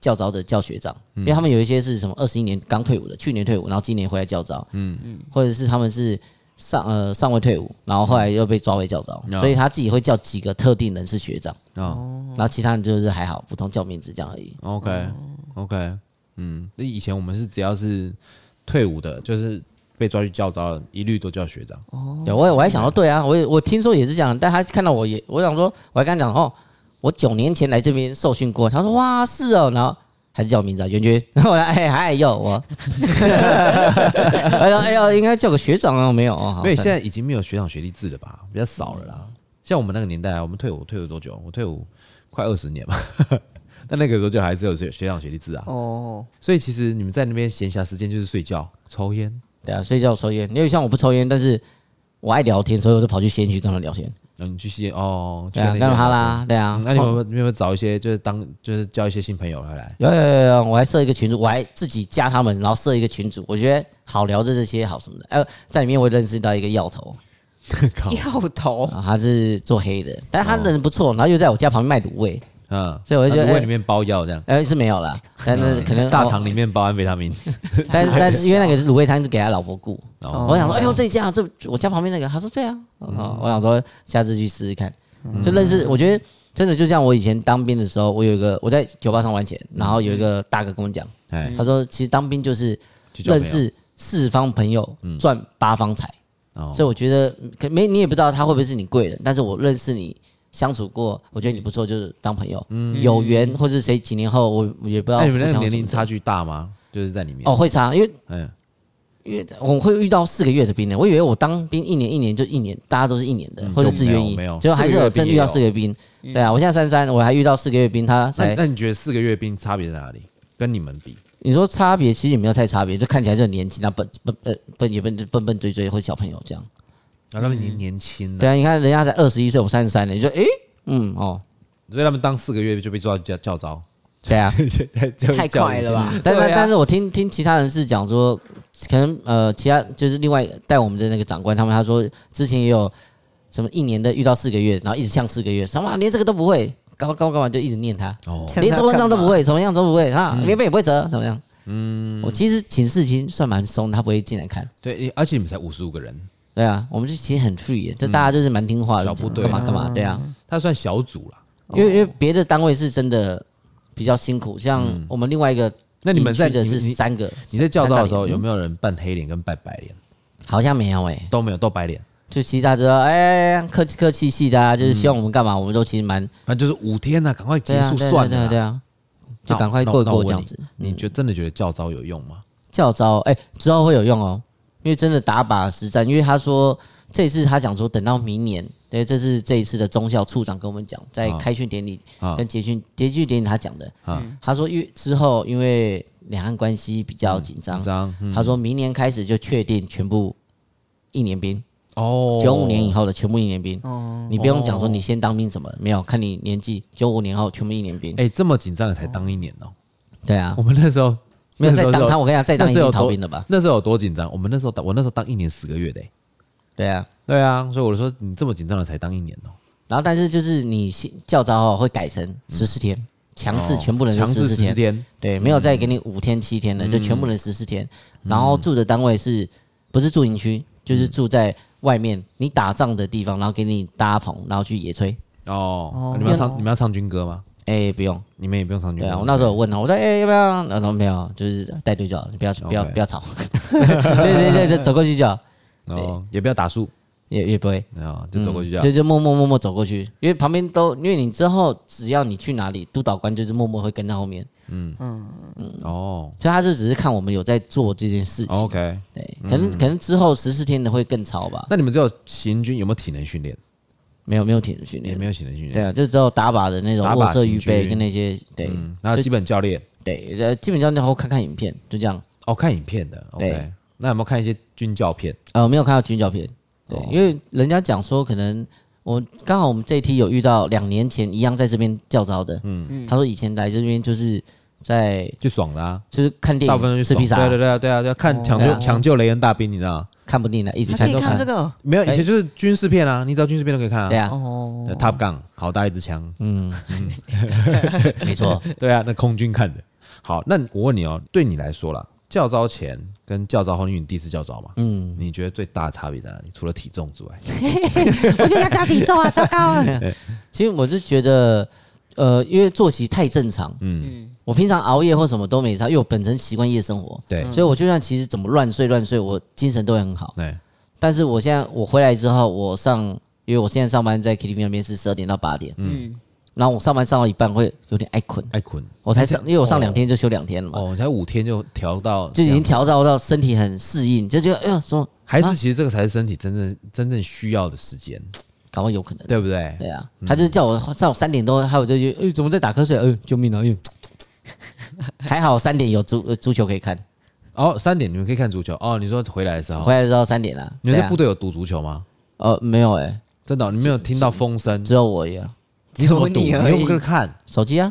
Speaker 3: 教招的教学长，因为他们有一些是什么二十一年刚退伍的，去年退伍，然后今年回来教招，嗯嗯，或者是他们是上呃上位退伍，然后后来又被抓回教招，
Speaker 1: 嗯
Speaker 3: 所以他自己会叫几个特定人是学长，
Speaker 1: 哦
Speaker 3: 然后其他人就是还好，普通叫名字这样而已。
Speaker 1: ，OK，OK、o k OK，嗯，那以前我们是只要是退伍的，就是被抓去教招的，一律都叫学长。
Speaker 3: 有我也我还想说，对啊，我也我听说也是这样，但他看到我也，我想说，我还跟他讲哦，我九年前来这边受训过，他说哇是哦，然后还是叫我名字啊，圆圈。 [laughs] 然后我说哎嗨哟，我， [laughs] 哎呦哎呦，应该叫个学长啊，我没有哦，
Speaker 1: 因
Speaker 3: 好
Speaker 1: 为现
Speaker 3: 算了
Speaker 1: 在已经没有学长学历制了吧，比较少了
Speaker 3: 嗯
Speaker 1: 啦。像我们那个年代啊，我们退伍退伍多久？我退伍快二十年吧。但 [laughs] 那个时候就还是有学学长学历制啊，
Speaker 2: 哦，
Speaker 1: 所以其实你们在那边闲暇时间就是睡觉、抽烟。
Speaker 3: 对啊，睡觉抽烟，因为像我不抽烟，但是我爱聊天，所以我就跑去吸烟区跟他们聊天，
Speaker 1: 然后你去吸烟哦，去
Speaker 3: 对啊，
Speaker 1: 那
Speaker 3: 跟
Speaker 1: 边
Speaker 3: 他啦，对啊
Speaker 1: 嗯，那你们有没有你们有没有找一些就是当就是交一些新朋友来来？
Speaker 3: 有有有有，我还设一个群组，我还自己加他们，然后设一个群组，我觉得好聊着这些好什么的。呃，在里面我认识到一个药头，
Speaker 1: 靠，
Speaker 2: [laughs] 掉
Speaker 3: [laughs]
Speaker 2: 头
Speaker 3: 啊，他是做黑的，但
Speaker 1: 哦
Speaker 3: 是他人不错，然后又在我家旁边卖卤味，
Speaker 1: 嗯，
Speaker 3: 所以我就觉得
Speaker 1: 胃
Speaker 3: 哎
Speaker 1: 里面包药这样，
Speaker 3: 呃，是没有啦，但是可能
Speaker 1: 嗯大肠里面包安非他命。
Speaker 3: 哦但但是因为那个是卤味摊是给他老婆雇，
Speaker 1: 哦嗯
Speaker 3: 我想说，哎呦，这家这我家旁边那个，他说对啊，哦，我想说下次去试试看，就认识，我觉得。真的就像我以前当兵的时候，我有一个我在酒吧上玩钱，然后有一个大哥跟我讲，
Speaker 1: 哎，
Speaker 3: 他说其实当兵就是
Speaker 1: 去交朋
Speaker 3: 认
Speaker 1: 友
Speaker 3: 识四方朋友
Speaker 1: 嗯
Speaker 3: 赚八方财，
Speaker 1: 哦
Speaker 3: 所以我觉得可没你也不知道他会不会是你贵人，但是我认识你相处过，我觉得你不错，就是当朋友，有缘或者谁几年后我我也不知
Speaker 1: 那
Speaker 3: 道
Speaker 1: 嗯
Speaker 3: 互
Speaker 1: 哎你们
Speaker 3: 相什么的。
Speaker 1: 那个年龄差距大吗？就是在里面
Speaker 3: 哦，会差，因为
Speaker 1: 嗯，
Speaker 3: 因为我会遇到四个月的兵的，我以为我当兵一年一年就一年，大家都是一年的，
Speaker 1: 嗯
Speaker 3: 或者自愿役
Speaker 1: 就没有没有，
Speaker 3: 结果还是有真遇到四
Speaker 1: 四
Speaker 3: 个月兵。对啊，我现在三三，我还遇到四个月兵，他
Speaker 1: 那
Speaker 3: 才
Speaker 1: 那你觉得四个月兵差别在哪里？跟你们比，
Speaker 3: 你说差别其实也没有太差别，就看起来就很年轻，那笨笨呃笨也笨笨笨追追或小朋友这样。
Speaker 1: 然后他们年年轻
Speaker 3: 对
Speaker 1: 啊，
Speaker 3: 啊，你看人家才二十一岁，我三十三了，你就诶，嗯哦，
Speaker 1: 所以他们当四个月就被抓去教教
Speaker 3: [laughs]
Speaker 1: 招，
Speaker 3: 对啊。
Speaker 1: 太
Speaker 2: 太快了？
Speaker 3: [laughs]
Speaker 2: 吧？
Speaker 3: 但但、
Speaker 1: 对啊
Speaker 3: 但是我听听其他人是讲说，可能呃，其他就是另外带我们的那个长官，他们他说之前也有什么一年的遇到四个月，然后一直呛四个月，什么连这个都不会，干嘛干嘛干嘛就一直念他，
Speaker 1: 哦，
Speaker 3: [laughs]
Speaker 2: 呛他
Speaker 3: 连这文章都
Speaker 2: 干嘛
Speaker 3: 不会，什么样都不会啊，棉被也不会折，怎么样？嗯，我其实寝室已经算蛮松的，他不会进来看。
Speaker 1: 对，而且你们才五十五个人，
Speaker 3: 对啊，我们就其实很 free，耶这大家就是蛮听话的，
Speaker 1: 小部队
Speaker 3: 干嘛干嘛，对啊，
Speaker 1: 他算小组了。
Speaker 3: 因为因为别的单位是真的比较辛苦，像我们另外一个
Speaker 1: 那你们在
Speaker 3: 营区的
Speaker 1: 你
Speaker 3: 是
Speaker 1: 你
Speaker 3: 三个，
Speaker 1: 你在教招的时候
Speaker 3: 三大连
Speaker 1: 有没有人扮黑脸跟扮白脸？
Speaker 3: 好像没有诶、
Speaker 1: 都没有，都白脸，
Speaker 3: 就其实大家知道，哎、客气客气系的啊，就是希望我们干
Speaker 1: 嗯
Speaker 3: 嘛，我们都其实蛮
Speaker 1: 反正就是五天呐，赶快
Speaker 3: 对
Speaker 1: 结
Speaker 3: 啊
Speaker 1: 束
Speaker 3: 对啊
Speaker 1: 算
Speaker 3: 对啊嗯
Speaker 1: 了
Speaker 3: 对
Speaker 1: 啦。
Speaker 3: 啊，
Speaker 1: 那
Speaker 3: 就
Speaker 1: 我
Speaker 3: 赶快
Speaker 1: 那
Speaker 3: 过一
Speaker 1: 那我
Speaker 3: 过
Speaker 1: 问
Speaker 3: 这样
Speaker 1: 你
Speaker 3: 子。
Speaker 1: 你就真的觉得教招有用吗？
Speaker 3: 教招，哎、之后会有用哦，因为真的打靶实战，因为他说这一次他讲说等到明年，对，这是这一次的中校处长跟我们讲，在
Speaker 1: 啊
Speaker 3: 开训典礼
Speaker 1: 啊
Speaker 3: 跟结训结训典礼他讲的，
Speaker 1: 啊，
Speaker 3: 他说因为之后因为两岸关系比较紧张
Speaker 1: 紧，张嗯
Speaker 3: 他说明年开始就确定全部一年兵，
Speaker 1: 哦，
Speaker 3: 九五年以后的全部一年兵。
Speaker 2: 哦，
Speaker 3: 你不用讲说你先当兵什么，没有看你年纪，九五年后全部一年兵。
Speaker 1: 哎，这么紧张的才当一年哦。
Speaker 3: 对啊
Speaker 1: [laughs] 我，们那时候
Speaker 3: 没有再
Speaker 1: 那时
Speaker 3: 当
Speaker 1: 候
Speaker 3: 他，我跟你讲，再当
Speaker 1: 那
Speaker 3: 一
Speaker 1: 时候有
Speaker 3: 定逃
Speaker 1: 多
Speaker 3: 兵了吧？
Speaker 1: 那时候有哦多紧张？我们那时候当我那时候当一年十个月的欸。
Speaker 3: 对啊，
Speaker 1: 对啊，所以我说你这么紧张了才当一年哦。
Speaker 3: 然后但是就是你先教招哦会改成十四天，强制全部人
Speaker 1: 嗯哦强
Speaker 3: 十
Speaker 1: 制十
Speaker 3: 四天，
Speaker 1: 天，嗯
Speaker 3: 对，没有再给你五天七天的，就全部人十四天。然后住的单位是不是住营
Speaker 1: 嗯
Speaker 3: 区，就是住在外面你打仗的地方，然后给你搭棚，然后去野炊。
Speaker 1: 哦
Speaker 2: 哦，
Speaker 1: 你们要唱
Speaker 2: 哦
Speaker 1: 你们要唱军歌吗？
Speaker 3: 哎，不用，
Speaker 1: 你们也不用唱军
Speaker 3: 对
Speaker 1: 歌。哦
Speaker 3: 啊，我那时候有问他，我说哎、要不要？然后没有，就是带队就好，你不要不要
Speaker 1: OK
Speaker 3: 不要吵， [laughs] 对对对对，走过去就好，
Speaker 1: 哦，也不要打树
Speaker 3: 也也不会。
Speaker 1: 啊，就走过去就好
Speaker 3: 就就默默默默走过去，因为旁边都，因为你之后只要你去哪里，督导官就是默默会跟在后面，
Speaker 1: 哦。
Speaker 3: 所以他就只是看我们有在做这件事情。
Speaker 1: OK，
Speaker 3: 对，可
Speaker 1: 嗯
Speaker 3: 能可能之后十四天的会更超吧，
Speaker 1: 那你们只有行军有没有体能训练？
Speaker 3: 没有没有体能训
Speaker 1: 也
Speaker 3: 练
Speaker 1: 没，有体能训
Speaker 3: 对
Speaker 1: 练。
Speaker 3: 啊，就只有打靶的那种
Speaker 1: 打靶
Speaker 3: 卧射
Speaker 1: 行
Speaker 3: 预备
Speaker 1: 军
Speaker 3: 跟那些对
Speaker 1: 嗯，那
Speaker 3: 就
Speaker 1: 基本教练
Speaker 3: 对，呃，基本上然后看看影片就这样，
Speaker 1: 哦，看影片的。OK，
Speaker 3: 对
Speaker 1: 那有没有看一些军教片？
Speaker 3: 呃，没有看到军教片，对
Speaker 1: 哦，
Speaker 3: 因为人家讲说可能。我刚好我们这一批有遇到两年前一样在这边教招的，嗯，他说以前来这边就是在
Speaker 1: 就爽的啊，
Speaker 3: 就是看电
Speaker 1: 大部分都
Speaker 3: 影
Speaker 1: 去
Speaker 3: 吃
Speaker 1: 爽
Speaker 3: 披萨，
Speaker 1: 对对对啊对啊，要看抢
Speaker 3: 对
Speaker 1: 救
Speaker 3: 啊
Speaker 1: 抢救雷恩大兵，你知道吗？
Speaker 3: 看不定的，一直
Speaker 2: 还
Speaker 3: 看
Speaker 2: 可
Speaker 3: 都
Speaker 2: 以看
Speaker 3: 看
Speaker 2: 这。个
Speaker 1: 没有，以前就是军事片啊，你只要军事片都可以看啊。
Speaker 3: 对啊，嗯
Speaker 2: 哦，
Speaker 1: 呃，Top Gun，好大一支枪。 [laughs] 嗯
Speaker 3: 没错，
Speaker 1: 对啊，那空军看的。好，那我问你哦，对你来说啦，教招前跟教招后，因为你第一次教招嘛，嗯，你觉得最大的差别在哪里？除了体重之外，
Speaker 3: [laughs] 我就要加体重啊，糟糕 [laughs] 了。其实我是觉得，呃，因为作息太正常，嗯，我平常熬夜或什么都没差，因为我本身习惯夜生活，
Speaker 1: 对，
Speaker 3: 所以我就算其实怎么乱睡乱睡，我精神都会很好。
Speaker 1: 对，
Speaker 3: 但是我现在我回来之后，我上，因为我现在上班在 KTV 那边是十二点到八点，
Speaker 2: 嗯，
Speaker 3: 然后我上班上到一半会有点爱困，
Speaker 1: 爱困
Speaker 3: 我才上，因为我上两天就休两天了嘛，
Speaker 1: 哦，才五天就调到
Speaker 3: 嗯就
Speaker 1: 这
Speaker 3: 已经
Speaker 1: 样子
Speaker 3: 调到到身体很适应，就觉得哎呀，说
Speaker 1: 还是
Speaker 3: 啊
Speaker 1: 其实这个才是身体真正真正需要的时间，
Speaker 3: 搞不好有可能。
Speaker 1: 对嗯不对？
Speaker 3: 对啊，他就是叫我上午三点多，还有就哎、怎么在打瞌睡？哎、救命啊！哎、 [laughs] 还好三点有足呃足球可以看，
Speaker 1: 哦，三点你们可以看足球哦。你说回来的时候
Speaker 3: 回，来之后三点啦。
Speaker 1: 你们
Speaker 3: 对
Speaker 1: 在
Speaker 3: 啊
Speaker 1: 部队有赌足球吗？
Speaker 3: 呃没有哎、
Speaker 1: 真的哦，你没有听到风声？
Speaker 3: 只有我一样，
Speaker 1: 你怎么赌？
Speaker 2: 只
Speaker 1: 你
Speaker 2: 有你而已
Speaker 1: 又不跟看？
Speaker 3: 手机啊，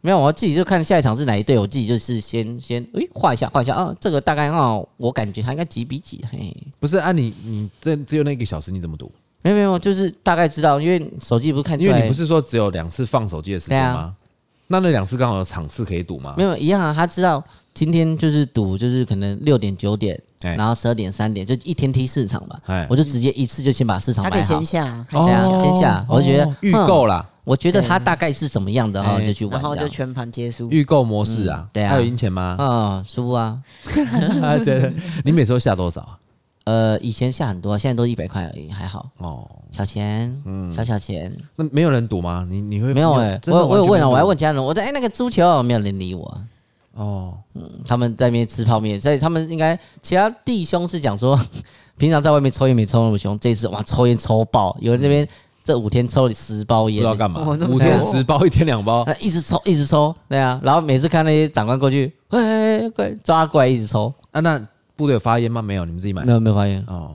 Speaker 3: 没有，我自己就看下一场是哪一队，我自己就是先先哎画、一下画一下啊，这个大概啊，我感觉他应该几比几，嘿，
Speaker 1: 不是啊你，你这只有那一个小时，你怎么赌？
Speaker 3: 没有没有，就是大概知道，因为手机不是看出
Speaker 1: 因
Speaker 3: 来，
Speaker 1: 为你不是说只有两次放手机的时间
Speaker 3: 对啊
Speaker 1: 吗？那那两次刚好有场次可以赌吗
Speaker 3: 没？有一样啊，他知道今天就是赌，就是可能六点九点，
Speaker 1: 哎
Speaker 3: 然后十二点三点，就一天踢四场嘛
Speaker 1: 哎，
Speaker 3: 我就直接一次就先把市场
Speaker 2: 他可
Speaker 3: 买
Speaker 2: 以
Speaker 3: 好
Speaker 2: 先。下，看
Speaker 3: 哦
Speaker 2: 一
Speaker 3: 先
Speaker 2: 下
Speaker 3: 下先下我就觉得
Speaker 1: 哦预
Speaker 3: 哼
Speaker 1: 购啦，
Speaker 3: 我觉得他大概是什么样的哈，
Speaker 1: 哎
Speaker 3: 就去玩
Speaker 2: 然
Speaker 3: 这样。
Speaker 2: 后就全盘皆输。
Speaker 1: 预购模式啊
Speaker 3: 嗯，对啊
Speaker 1: 还有赢钱
Speaker 3: [laughs]
Speaker 1: 吗？
Speaker 3: 嗯，输啊，
Speaker 1: 啊，对对，你每次都下多少啊？
Speaker 3: 呃，以前下很多，现在都一百块而已，还好，
Speaker 1: 哦，
Speaker 3: 小钱，小小钱。
Speaker 1: 那没有人赌吗？你你会
Speaker 3: 没有
Speaker 1: 你
Speaker 3: 哎，
Speaker 1: 真的
Speaker 3: 我我有
Speaker 1: 完全
Speaker 3: 问
Speaker 1: 没
Speaker 3: 了，
Speaker 1: 赌
Speaker 3: 我还问家人，我在哎那个足球没有人理我，
Speaker 1: 哦，
Speaker 3: 他们在那边吃泡面，所以他们应该其他弟兄是讲说， [laughs] 平常在外面抽烟没抽那么凶，这次哇抽烟抽爆，有人那边这五天抽了十包
Speaker 1: 不
Speaker 3: 烟
Speaker 1: 知，道干嘛
Speaker 2: 哦那，么
Speaker 1: 五天
Speaker 2: 多
Speaker 1: 十包，一天两
Speaker 3: [laughs]
Speaker 1: 包，
Speaker 3: 那一直抽一直抽，对啊，然后每次看那些长官过去，哎哎哎快抓过来一直抽，
Speaker 1: 啊，那部队有发烟吗？没有，你们自己买
Speaker 3: 没。有没有发现，
Speaker 1: 哦、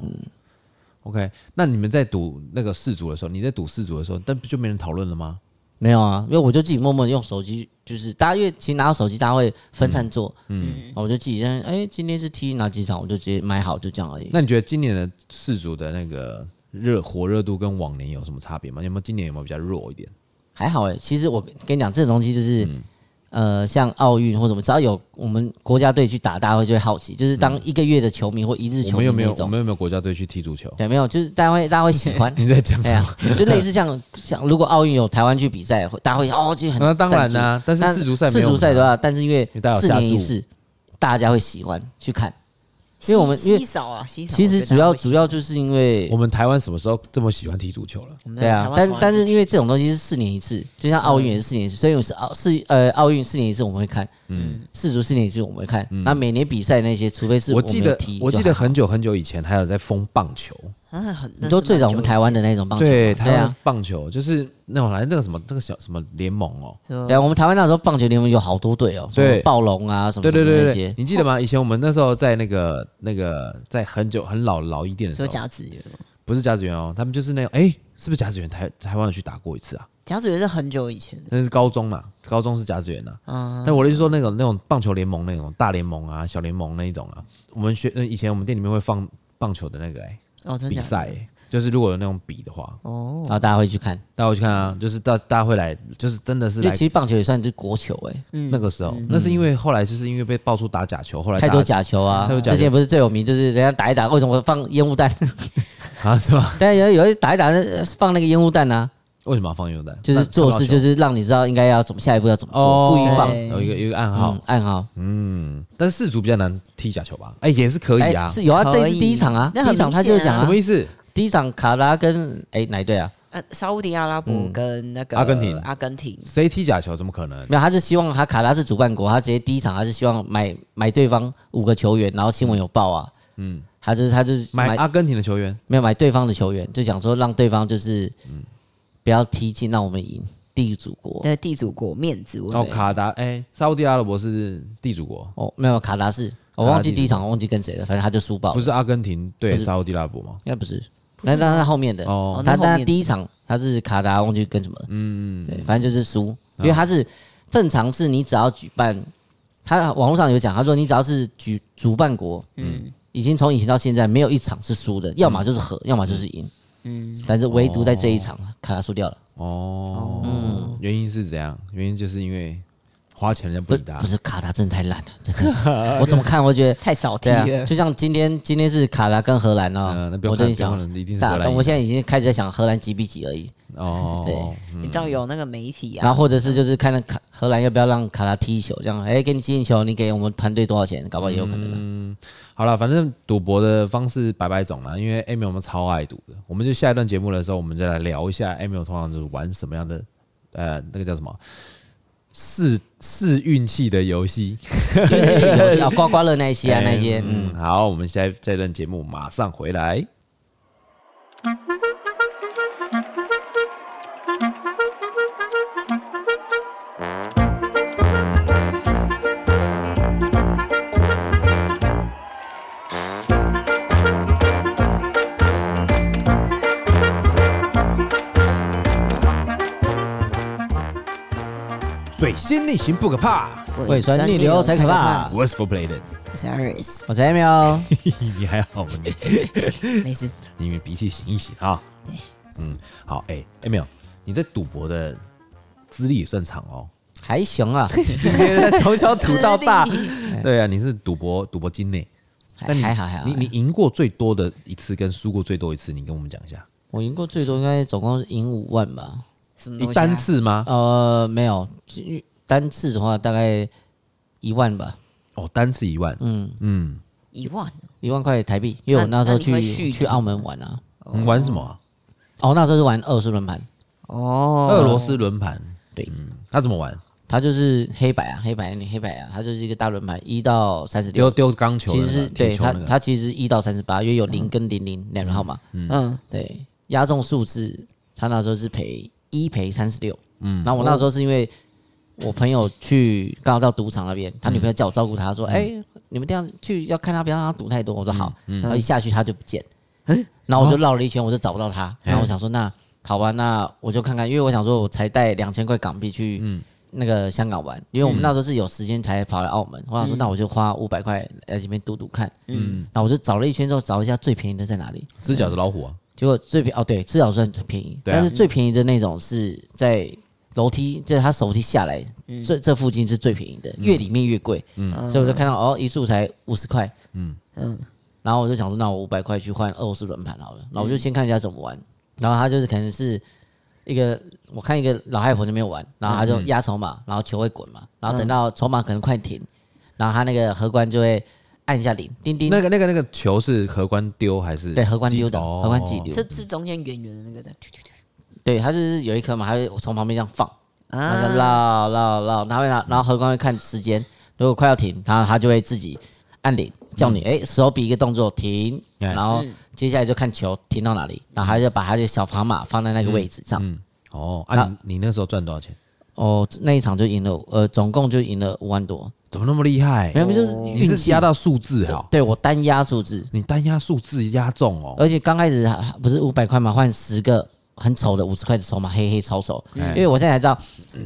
Speaker 1: o k 那你们在赌那个四组的时候，你在赌四组的时候，但不就没人讨论了吗？
Speaker 3: 没有啊，因为我就自己默默地用手机，就是大家因为其实拿到手机大家会分散做，嗯，我就自己在哎今天是踢哪几场，我就直接买好就这样而已。
Speaker 1: 那你觉得今年的四组的那个热火热度跟往年有什么差别吗？有没有今年有没有比较弱一点？
Speaker 3: 还好哎、其实我跟你讲，这种东西就是，呃，像奥运或什么，只要有我们国家队去打，大家会就会好奇，就是当一个月的球迷或一
Speaker 1: 我
Speaker 3: 日球
Speaker 1: 们
Speaker 3: 迷
Speaker 1: 有没有
Speaker 3: 那
Speaker 1: 我
Speaker 3: 种，
Speaker 1: 们有没有国家队去踢足球？，
Speaker 3: 对，没有，就是大家会大家会喜欢
Speaker 1: 你在讲什
Speaker 3: 对哎呀
Speaker 1: 么？、
Speaker 3: 就类似像像如果奥运有台湾去比赛，会大家会哦，就很
Speaker 1: 那当然
Speaker 3: 赞助
Speaker 1: 啦、但是世足赛没
Speaker 3: 世
Speaker 1: 有
Speaker 3: 足赛
Speaker 1: 我们
Speaker 3: 的
Speaker 1: 啊
Speaker 3: 话，但是因为
Speaker 1: 因为大家有
Speaker 3: 四
Speaker 1: 下
Speaker 3: 年一
Speaker 1: 注
Speaker 3: 次，大家会喜欢去看，因为我们因
Speaker 2: 稀
Speaker 3: 为
Speaker 2: 少啊，稀少。
Speaker 3: 其实主要主
Speaker 2: 要
Speaker 3: 要就是因为
Speaker 1: 我们台湾什么时候这么喜欢踢足球了？
Speaker 3: 对啊，但但是因嗯为这种东西是四年一次，就像奥运也是四年一次，所以我是奥四呃奥运四年一次我们会看，嗯，世足四年一次我们会看，那每年比赛那些，除非是
Speaker 1: 嗯我
Speaker 3: 们
Speaker 1: 记得
Speaker 3: 有踢
Speaker 1: 我
Speaker 3: 就
Speaker 1: 记得
Speaker 3: 好
Speaker 1: 很久很久以前还有在封棒球，
Speaker 2: 啊很
Speaker 3: 你说最早我们台湾
Speaker 2: 的
Speaker 3: 的那种棒球嘛，
Speaker 1: 对
Speaker 3: 对
Speaker 1: 台湾
Speaker 3: 啊
Speaker 1: 的，棒球就是那种来那个什么那个小什么联盟哦，
Speaker 3: 对啊，我们台湾那时候棒球联盟有好多队哦，什么
Speaker 1: 对
Speaker 3: 暴龙啊什么
Speaker 1: 对
Speaker 3: 什
Speaker 1: 对
Speaker 3: 么
Speaker 1: 对
Speaker 3: 那
Speaker 1: 对
Speaker 3: 些
Speaker 1: 对，，你记得吗？以前我们那时候在那个那个在很久很老的老一店的时
Speaker 2: 说
Speaker 1: 候，
Speaker 2: 甲子园吗，
Speaker 1: 不是甲子园哦，他们就是那种哎、是不是甲子园台台湾有去打过一次啊？
Speaker 2: 甲子园是很久以前的
Speaker 1: 那是高中嘛，高中是甲子园呐、啊。
Speaker 2: 啊，
Speaker 1: 但我的意思说那种那种棒球联盟那种大联盟啊、小联盟那一种啊，我们学呃以前我们店里面会放棒球的那个哎、
Speaker 2: 哦，真的
Speaker 1: 比
Speaker 2: 假的
Speaker 1: 赛、哎就是如果有那种比的话，
Speaker 2: 哦
Speaker 3: 然，后大家会去看，
Speaker 1: 大家会去看
Speaker 3: 嗯
Speaker 1: 啊，就是大大家会来，就是真的是
Speaker 3: 因为
Speaker 1: 来
Speaker 3: 其实棒球也算是国球哎，
Speaker 1: 那个时候，那是因为后来就是因为被爆出打假球，后来
Speaker 3: 太多
Speaker 1: 打
Speaker 3: 假球啊
Speaker 1: 太多，假球
Speaker 3: 之前不是最有名就是人家打一打，为什么放烟雾弹？ [laughs]
Speaker 1: [laughs] 啊是吧？
Speaker 3: 但有有一打一打呃放那个烟雾弹啊，
Speaker 1: 为什么要放烟弹？
Speaker 3: 就是做事就是是让你知道应该要怎么下一步要怎么做，
Speaker 1: 哦，
Speaker 3: 故意放。
Speaker 2: 对
Speaker 1: 有一个有一个暗号
Speaker 3: 嗯，，暗号
Speaker 1: 但是四足比较难踢假球吧？哎，也是可
Speaker 3: 可
Speaker 1: 以啊，
Speaker 3: 是有啊，
Speaker 2: 可以
Speaker 3: 这是第一场啊，第
Speaker 2: 那很
Speaker 3: 一场他就讲
Speaker 2: 明显啊
Speaker 1: 什
Speaker 3: 啊
Speaker 1: 么，意思？
Speaker 3: 第一场卡拉跟哎哪一队啊？
Speaker 2: 呃，沙烏地阿拉伯
Speaker 3: 嗯
Speaker 2: 跟那个
Speaker 1: 阿根廷
Speaker 2: 阿根廷
Speaker 1: 谁踢假球？怎么可能？
Speaker 3: 没有，他是希望他卡拉是主办国，他直接第一场他是希望买买对方五个球员，然后新闻有报啊，嗯，他就是他就是
Speaker 1: 买啊
Speaker 3: 买
Speaker 1: 阿根廷的球员，
Speaker 3: 没有买对方的球员，就想说让对方就是不要踢进，让我们赢地主国。
Speaker 2: 的地主国面子问
Speaker 1: 然后
Speaker 2: 题
Speaker 1: 卡达，哎，沙烏地阿拉伯是地主国，
Speaker 3: 哦，没有卡拉是，我
Speaker 1: 卡拉
Speaker 3: 忘记
Speaker 1: 地主
Speaker 3: 第一场我忘记跟谁了，反正他就输爆了，
Speaker 1: 不是阿根廷对
Speaker 3: 哦不是
Speaker 1: 沙烏地阿拉伯吗？
Speaker 3: 应该不是，那那那后面的
Speaker 1: 哦
Speaker 3: 他
Speaker 2: 那后面
Speaker 3: 他
Speaker 2: 的
Speaker 3: 第一场他是卡达，忘记跟什么，嗯，对，反正就是输，
Speaker 1: 啊
Speaker 3: 因为他是正常是你只要举办，他网络上有讲，他说你只要是举主办国，嗯，已经从以前到现在没有一场是输的，要么就是和，要么就是赢，嗯，但是唯独在这一场卡达输掉了，
Speaker 1: 哦，
Speaker 3: 嗯
Speaker 1: 原因是怎样？原因就是因为花钱人家不啊
Speaker 3: 不
Speaker 1: 理他
Speaker 3: 不，是卡达真的太烂了，真的是，我怎么看我觉
Speaker 1: [laughs]
Speaker 3: 得。
Speaker 2: 太少踢
Speaker 3: 对啊
Speaker 2: 了，，
Speaker 3: 就像今天今天是卡达跟荷兰
Speaker 1: 嗯
Speaker 3: 哦
Speaker 1: 那，不用
Speaker 3: 我都
Speaker 1: 看
Speaker 3: 已经
Speaker 1: 不用
Speaker 3: 想
Speaker 1: 看一定是荷
Speaker 3: 大，
Speaker 1: 兰赢
Speaker 3: 我现在已经开始在想荷兰几比几而已， [laughs]
Speaker 1: 哦，
Speaker 3: 嗯
Speaker 2: 你知道有那个媒体
Speaker 3: 然
Speaker 2: 啊
Speaker 3: 后，或者是就是看那卡荷兰要不要让卡拉踢球，这样，哎、给你踢进球，你给我们团队多少钱？搞不好也有可能的。啊
Speaker 1: 嗯好了，反正赌博的方式百百种啦，因为 Amy 我们超爱赌的，我们就下一段节目的时候，我们就来聊一下 Amy 通常就是玩什么样的呃那个叫什么试试运气的游戏。
Speaker 3: 生气游戏啊，刮刮乐那
Speaker 1: [laughs]
Speaker 3: 一些啊，那些嗯，
Speaker 1: 嗯，好，我们下一这段节目马上回来。水星逆行不可怕，
Speaker 3: 胃酸逆流才可怕。啊
Speaker 1: 我是 For Play 的，
Speaker 2: Sorry，
Speaker 3: 我才哦没有，
Speaker 1: [laughs] 你还好吗？你
Speaker 2: [laughs] 没事，
Speaker 1: 你们鼻涕醒一醒啊。嗯，好，哎、哎、没有，你在赌博的资历也算长
Speaker 3: [laughs]
Speaker 1: 哦，
Speaker 3: 还
Speaker 1: [laughs]
Speaker 3: 行啊，
Speaker 1: 从小赌到大
Speaker 2: 资，
Speaker 1: 对啊，你是赌博赌博精呢。
Speaker 3: 还
Speaker 1: 但你
Speaker 3: 哎还好还好。
Speaker 1: 你你赢过最多的一次跟输过最多一次，你跟我们讲一下，
Speaker 3: 我赢过最多应该总共是赢五万吧？
Speaker 2: 什么东
Speaker 1: 你
Speaker 2: 西啊
Speaker 1: 单次吗？
Speaker 3: 呃，没有，单次的话大概一万吧，
Speaker 1: 哦，单次一万，
Speaker 3: 嗯，
Speaker 1: 嗯，
Speaker 2: 一万，
Speaker 3: 一万块台币，因为我
Speaker 2: 那
Speaker 3: 那时候
Speaker 2: 那你会续
Speaker 3: 去
Speaker 2: 赌
Speaker 3: 去澳门玩啊，
Speaker 1: 你玩什么啊、
Speaker 3: 哦，那时候是玩二十轮盘，
Speaker 2: 哦，
Speaker 1: 俄罗斯轮盘，
Speaker 3: 对
Speaker 1: 嗯，他怎么玩？
Speaker 3: 它就是黑白啊，黑白黑白啊，它就是一个大轮盘，一到三十
Speaker 1: 丢
Speaker 3: 六，
Speaker 1: 丢钢球的嗯
Speaker 3: 其
Speaker 1: 那
Speaker 3: 实
Speaker 1: 个，
Speaker 3: 是
Speaker 1: 铁
Speaker 3: 对
Speaker 1: 球
Speaker 3: 它
Speaker 1: 那个，
Speaker 3: 它其实一到三十八，因为有零跟零零两个号码，
Speaker 2: 嗯，
Speaker 3: 对，压中数字，他那时候是赔一赔三十六。嗯，然后我那时候是因为我朋友去刚好到赌场那边，他女朋友叫我照顾他，说：“哎、你们这样去要看他，不要让他赌太多。”我说：“好。然后一下去他就不见，然后我就绕了一圈，我就找不到他。然后我想说，那好吧，那我就看看，因为我想说，我才带两千块港币去那个香港玩，因为我们那时候是有时间才跑来澳门。我想说，那我就花五百块来这边赌赌看。嗯，然后我就找了一圈之后，找一下最便宜的在哪里。
Speaker 1: 只脚的老虎啊，
Speaker 3: 结果最便哦，对，至少算很便宜，
Speaker 1: 对啊
Speaker 3: 但是最便宜的那种是在楼梯，就是它手梯下来，
Speaker 1: 嗯
Speaker 3: 这这附近是最便宜的，越里面越贵，所以我就看到哦，一束才五十块，嗯嗯，然后我就想说，那我五百块去换二十轮盘好了，然后我就先看一下怎么玩，
Speaker 1: 嗯
Speaker 3: 然后他就是可能是一个，我看一个老太婆那边玩，然后他就压筹
Speaker 1: 嗯
Speaker 3: 码，然后球会滚嘛，然后等到筹码可能快停，然后他那个荷官就会按一下铃，叮叮，
Speaker 1: 那个那个那个球是荷官丢还是
Speaker 3: 嗯对荷官丢的
Speaker 1: 哦
Speaker 3: 荷官自己丢
Speaker 2: 这是中间圆圆的那个的，啾啾啾
Speaker 3: 对，他就是有一颗嘛，他会从旁边这样放。然后就
Speaker 2: 啊，
Speaker 3: 绕绕绕，然后会拿，然后何光会看时间，如果快要停，然后他就会自己按铃叫你，哎、手比一个动作停，
Speaker 1: 嗯哎
Speaker 3: 然后接下来就看球停到哪里，然后他就把他的小砝码放在那个位置上。
Speaker 1: 嗯，哦，啊，你你那时候赚多少钱？
Speaker 3: 哦，那一场就赢了，呃，总共就赢了五万多，
Speaker 1: 怎么那么厉害？
Speaker 3: 没有就是
Speaker 1: 哦你
Speaker 3: 运
Speaker 1: 是
Speaker 3: 气
Speaker 1: 压。到数字好，
Speaker 3: 对我单压数字，
Speaker 1: 你单压数字压中哦。
Speaker 3: 而且刚开始还不是五百块嘛，换十个很丑的五十块的筹码，黑黑超丑。
Speaker 1: 嗯
Speaker 3: 因为我现在才知道，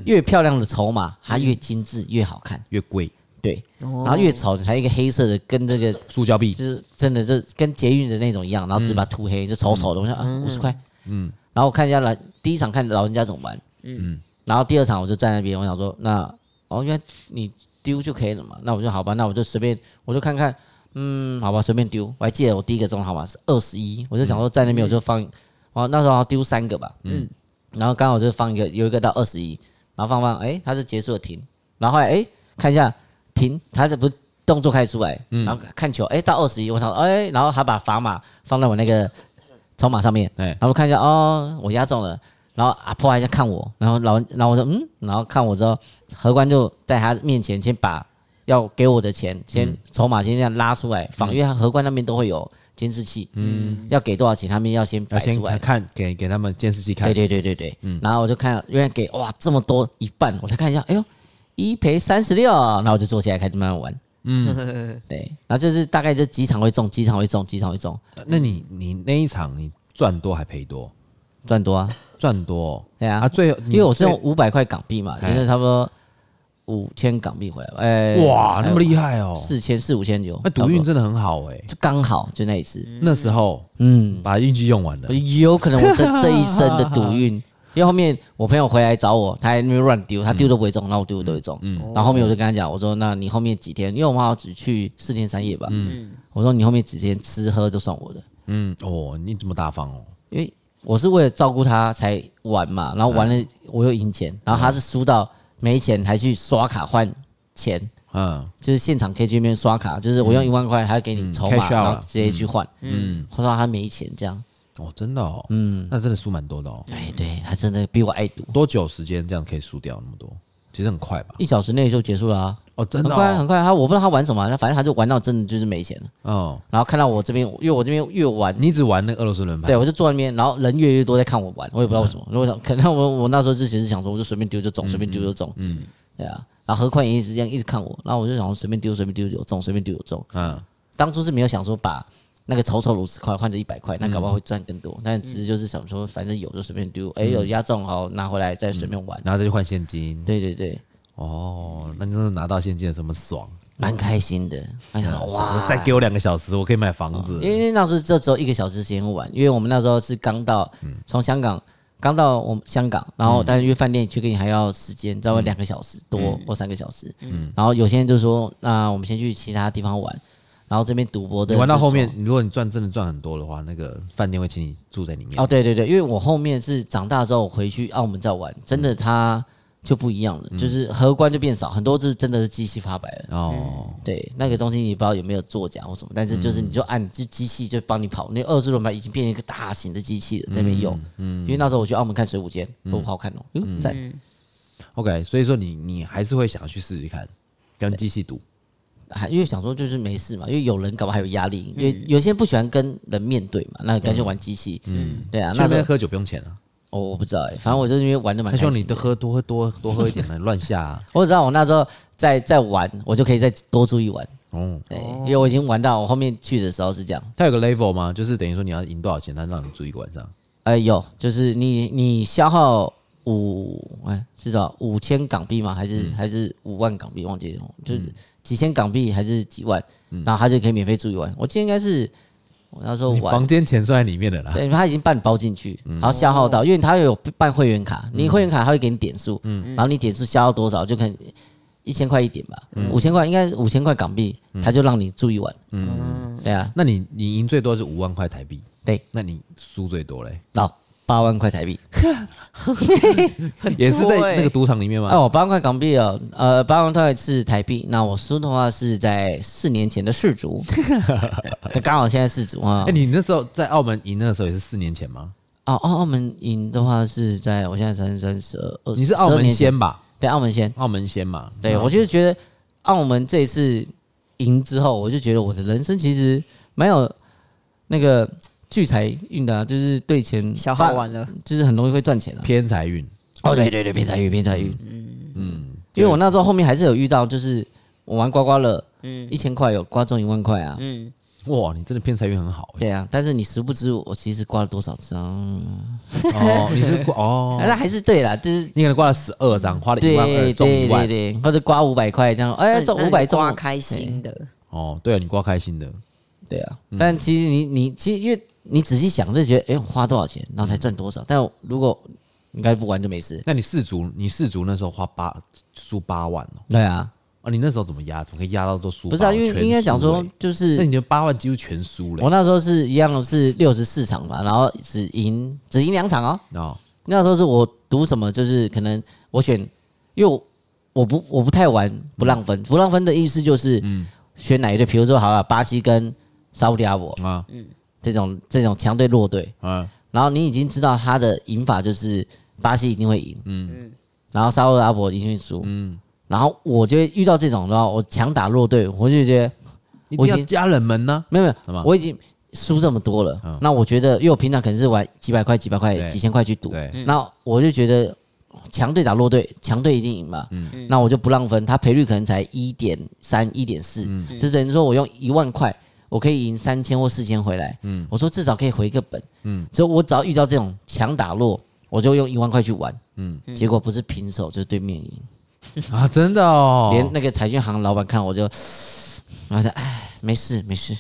Speaker 3: 越漂亮的筹码它越精致越好看，
Speaker 1: 越贵，
Speaker 3: 对，然后越丑才一个黑色的跟这个
Speaker 1: 塑胶币
Speaker 3: 就是真的就跟捷运的那种一样，然后只把它涂黑，就丑丑的。我想啊，五十块，嗯。然后我看一下老第一场看老人家怎么玩，嗯。然后第二场我就站那边，我想说，那哦，原来你丢就可以了嘛，那我就好吧，那我就随便，我就看看，嗯，好吧，随便丢。我还记得我第一个中号码是二十一，我就想说在那边我就放，哦，那时候好像丢三个吧，嗯。然后刚好就放一个，有一个到二十一，然后放放，哎，它是结束了停，然后后来哎看一下停，它这不是动作开始出来，然后看球，哎，到二十一，我操，哎，然后还把砝码放在我那个筹码上面，
Speaker 1: 哎
Speaker 3: 然后看一下，哦，我压中了，然后阿婆还在看我，然后老，然后我说嗯，然后看我之后，荷官就在他面前先把要给我的钱先
Speaker 1: 嗯
Speaker 3: 筹码先这样拉出来，仿因为他荷官那边都会有监视器，嗯，要给多少钱，他们要先
Speaker 1: 要
Speaker 3: 摆
Speaker 1: 先
Speaker 3: 出来，
Speaker 1: 看给给他们监视器看嗯
Speaker 3: 对，对对对对，然后我就看，原来给哇这么多一半，我才看一下，哎呦，一赔三十六，然后我就坐下来开始慢慢玩。嗯，对，然后就是大概就几场会中，几场会中，几场会中，
Speaker 1: 呃那你你那一场你赚多还赔多？
Speaker 3: 赚多啊！
Speaker 1: 赚多哦，
Speaker 3: 对啊
Speaker 1: 啊，最后你
Speaker 3: 因为我是
Speaker 1: 最
Speaker 3: 用五百块港币嘛，也
Speaker 1: 哎
Speaker 3: 就是差不多五千港币回来吧，哎、
Speaker 1: 哇那么厉害哦，
Speaker 3: 四千四五千有，
Speaker 1: 那赌运真的很好哎，
Speaker 3: 就刚好就那一次，
Speaker 1: 那时候
Speaker 3: 嗯，
Speaker 1: 把运气用完了，
Speaker 3: 有可
Speaker 1: [laughs]
Speaker 3: 能我这这一生的赌运，因为后面我朋友回来找我，他还在那边乱丢，
Speaker 1: 嗯
Speaker 3: 他丢都不会中，然后我丢的都会中。
Speaker 2: 哦
Speaker 3: 然后后面我就跟他讲，我说那你后
Speaker 1: 嗯
Speaker 3: 面几天，因为我们好像只去四天三夜吧，我说你后面几天吃喝都算我的，
Speaker 1: 嗯，哦，你这么大方哦，
Speaker 3: 因为我是为了照顾他才玩嘛，然后玩
Speaker 1: 嗯
Speaker 3: 了我又赢钱，然后他是输到没钱还去刷卡换钱，
Speaker 1: 嗯，
Speaker 3: 就是现场可以去那边刷卡，就是我用一万块，他给你筹码，
Speaker 1: cash out 啊嗯
Speaker 3: 然
Speaker 1: 了
Speaker 3: 后直接去换，嗯，换到他没钱这样。
Speaker 1: 哦，真的哦，嗯，那真的输蛮多的哦。
Speaker 3: 哎，对他真的比我爱读，
Speaker 1: 多久时间这样可以输掉那么多？其实很快吧？
Speaker 3: 一小时内就结束了啊，
Speaker 1: 哦，真
Speaker 3: 很
Speaker 1: 的、
Speaker 3: 快很
Speaker 1: 哦，
Speaker 3: 快。他我不知道他玩什么，他啊反正他就玩到真的就是没钱了。
Speaker 1: 哦，
Speaker 3: 然后看到我这边，因为我这边越玩，
Speaker 1: 你只玩那个俄罗斯轮盘，
Speaker 3: 对我就坐在那边，然后人越来越多在看我玩，我也不知道为什么。如果想可能我我那时候之前是想说，我就随便丢就中，随便丢就中，嗯，对啊。然后何况也一直这样一直看我，然后我就想说随便丢随便丢有中，随便丢有中。
Speaker 1: 嗯，
Speaker 3: 当初是没有想说把那个丑丑五十块换成一百块，那搞不好会赚更多。但只是就是想说，反正有就随便丢，哎，有压中好拿回来再随便玩。
Speaker 1: 然后再去换现金。
Speaker 3: 对对对，嗯
Speaker 1: 哦，那你真的拿到现金的时候，什么爽？
Speaker 3: 蛮开心的。哎呀，
Speaker 1: 想
Speaker 3: 哇！哦
Speaker 1: 说再给我两个小时，我可以买房子。
Speaker 3: 因为那时候就只有一个小时时间玩，因为我们那时候是刚到
Speaker 1: 嗯
Speaker 3: 从香港刚到我们香港，然后但是约饭店去跟你还要时间，
Speaker 1: 嗯
Speaker 3: 稍微两个小时多或三个小时。然后有些人就说，那我们先去其他地方玩，然后这边赌博的
Speaker 1: 你玩到后面
Speaker 3: 就，
Speaker 1: 如果你赚真的赚很多的话，那个饭店会请你住在里面。
Speaker 3: 说。哦，对对对，因为我后面是长大之后回去澳门再玩，真
Speaker 1: 嗯
Speaker 3: 的它就不一样了，就是荷官就变少，很多是真的是机器发白了。
Speaker 1: 哦，
Speaker 3: 对，那个东西你不知道有没有作假或什么，但是就是你就按就机器就帮你跑，那二十轮盘已经变成一个大型的机器了，在那边用。因为那时候我去澳门看水舞间，都好看哦，嗯，在
Speaker 1: OK，所以说你你还是会想要去试试看，跟机器赌。
Speaker 3: 还因为想说就是没事嘛，因为有人搞不好还有压力，因为有些人不喜欢跟人面对嘛，那干脆玩机器。嗯，对啊，
Speaker 1: 去
Speaker 3: 那
Speaker 1: 那
Speaker 3: 时
Speaker 1: 边
Speaker 3: 候
Speaker 1: 喝酒不用钱啊，
Speaker 3: 哦我不知道哎，反正我就因为玩的蛮
Speaker 1: 他希
Speaker 3: 开
Speaker 1: 望你
Speaker 3: 心的
Speaker 1: 多。喝多喝多多喝一点啊，乱下
Speaker 3: [laughs]
Speaker 1: 啊。
Speaker 3: 我只知道我那时候在在玩，我就可以再多注意玩，
Speaker 1: 哦，
Speaker 3: 对，因为我已经玩到我后面去的时候是这样。
Speaker 1: 他有个 level 吗？就是等于说你要赢多少钱，他让你住一个晚上。
Speaker 3: 呃，有，就是你你消耗五哎，是多少？五千港币吗？还是、还是五万港币？忘记了，就是几千港币还是几万，然后他就可以免费住一晚。我记得应该是我那时候
Speaker 1: 你
Speaker 3: 玩
Speaker 1: 房，间钱算在里面的啦。
Speaker 3: 对，他已经帮你包进去，然后消耗到，因为他有办会员卡，你会员卡他会给你点数，然后你点数消耗多少就可以。一千块一点吧，五千块应该五千块港币，他就让你住一晚。嗯，对啊，
Speaker 1: 那你你赢最多是五万块台币，
Speaker 3: 对，
Speaker 1: 那你输最多嘞，
Speaker 3: 到八万块台币。
Speaker 1: 也是在
Speaker 2: 欸
Speaker 1: 那个赌场里面吗？
Speaker 3: 哦，八万块港币哦，呃，八万块是台币。那我输的话是在四年前的
Speaker 1: [laughs]
Speaker 3: 世足，刚好现在世足啊
Speaker 1: 哎，。你那时候在澳门赢的时候也是四年前吗？
Speaker 3: 哦，澳澳门赢的话是在我现在三三十二，20
Speaker 1: 你是澳
Speaker 3: 12
Speaker 1: 门
Speaker 3: 年前
Speaker 1: 先吧？
Speaker 3: 对，澳门先。
Speaker 1: 澳门先嘛？
Speaker 3: 对，我就是觉得澳门这一次赢之后，我就觉得我的人生其实蛮有那个聚财运的、啊，就是对钱
Speaker 2: 消
Speaker 3: 发
Speaker 2: 耗完了，
Speaker 3: 就是很容易会赚钱啊。
Speaker 1: 偏财运，
Speaker 3: 哦，对对对，偏财运，偏财运。嗯嗯，因为我那时候后面还是有遇到，就是我玩刮刮乐，嗯，一千块有刮中一万块啊。
Speaker 2: 嗯，
Speaker 1: 哇，你真的偏财运很
Speaker 3: [laughs]
Speaker 1: 好欸
Speaker 3: 对啊，但是你殊不知我其实刮了多少张，
Speaker 1: 哦，你是刮哦，
Speaker 3: [laughs] 那还是对啦，就是
Speaker 1: 你可能刮了十二张，花了一
Speaker 3: 对
Speaker 1: 万二
Speaker 3: 对
Speaker 1: 中一
Speaker 3: 对
Speaker 1: 万
Speaker 3: 对，或者刮五百块这样，哎，中
Speaker 2: 那你
Speaker 3: 五百中
Speaker 2: 刮
Speaker 3: 五
Speaker 2: 开心的，
Speaker 1: 哦，对啊，你刮开心的，
Speaker 3: 对啊，
Speaker 1: 嗯
Speaker 3: 但其实你你其实因为你仔细想就觉得，哎，花多少钱，然后才赚多少。但如果应该不玩就没事。
Speaker 1: 那你四足，你四足那时候花八输八万哦，
Speaker 3: 对啊，
Speaker 1: 啊，你那时候怎么压？怎么可以压到都输八
Speaker 3: 不
Speaker 1: 万？
Speaker 3: 是啊，因为
Speaker 1: 全
Speaker 3: 应该讲
Speaker 1: 输
Speaker 3: 说
Speaker 1: 欸，
Speaker 3: 就是
Speaker 1: 那你的八万几乎全输了
Speaker 3: 我那时候是一样是六十四场吧，然后只赢只赢两场哦。
Speaker 1: 欸哦，
Speaker 3: 那时候是我赌什么，就是可能我选，因为我我不我不太玩不浪分，不浪分的意思就是，选哪一队，比如说好了，巴西跟沙烏地阿拉伯
Speaker 1: 啊
Speaker 3: 这种这种强队弱队，
Speaker 1: 啊，
Speaker 3: 然后你已经知道他的赢法就是巴西一定会赢，嗯，然后沙烏地阿拉伯一定会输，嗯，然后我就会遇到这种的话，我强打弱队，我就觉得
Speaker 1: 一定
Speaker 3: 我已
Speaker 1: 要
Speaker 3: 经
Speaker 1: 加冷门呢。
Speaker 3: 没有没
Speaker 1: 什么嗯
Speaker 3: 有，我已经输这么多了。那我觉得，因为我平常可能是玩几百块、几百块
Speaker 1: 对、
Speaker 3: 几千块去赌
Speaker 1: 对，
Speaker 3: 那我就觉得强队打弱队，强队一定赢嘛。
Speaker 1: 嗯
Speaker 3: 那我就不让分，他赔率可能才一点三、一点四，
Speaker 1: 嗯
Speaker 3: 就等于说我用一万块。我可以赢三千或四千回来，
Speaker 1: 嗯
Speaker 3: 我说至少可以回个本，所以我只要遇到这种强打弱，我就用一万块去玩，
Speaker 1: 嗯
Speaker 3: 结果不是平手就是对面赢，
Speaker 1: 啊，真的哦，
Speaker 3: 连那个彩券行老板看我就， [sighs] 然后说哎，没事没事，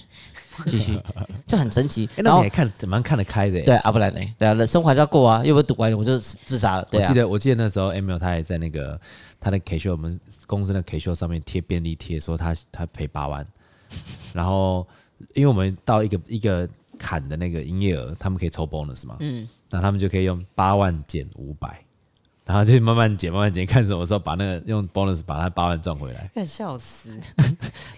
Speaker 3: 继续，就很神奇。
Speaker 1: 欸
Speaker 3: 然
Speaker 1: 那你
Speaker 3: 后
Speaker 1: 还看怎么样看得开的欸？
Speaker 3: 对啊，不然呢？对啊，生活还是要过啊，要不然赌完我就自杀了。对
Speaker 1: 我
Speaker 3: 啊
Speaker 1: 记，得我记得那时候 Emil 他还在那个他的 K 秀，我们公司的 K 秀上面贴便利贴，说他他赔八万， [laughs] 然后因为我们到一个一个砍的那个营业额，他们可以抽 bonus 嘛，嗯，那他们就可以用八万减五百。然后就慢慢减，慢慢减，看什么时候把那个用 bonus 把那八万赚回来。
Speaker 2: 看
Speaker 3: 哎
Speaker 2: 笑死，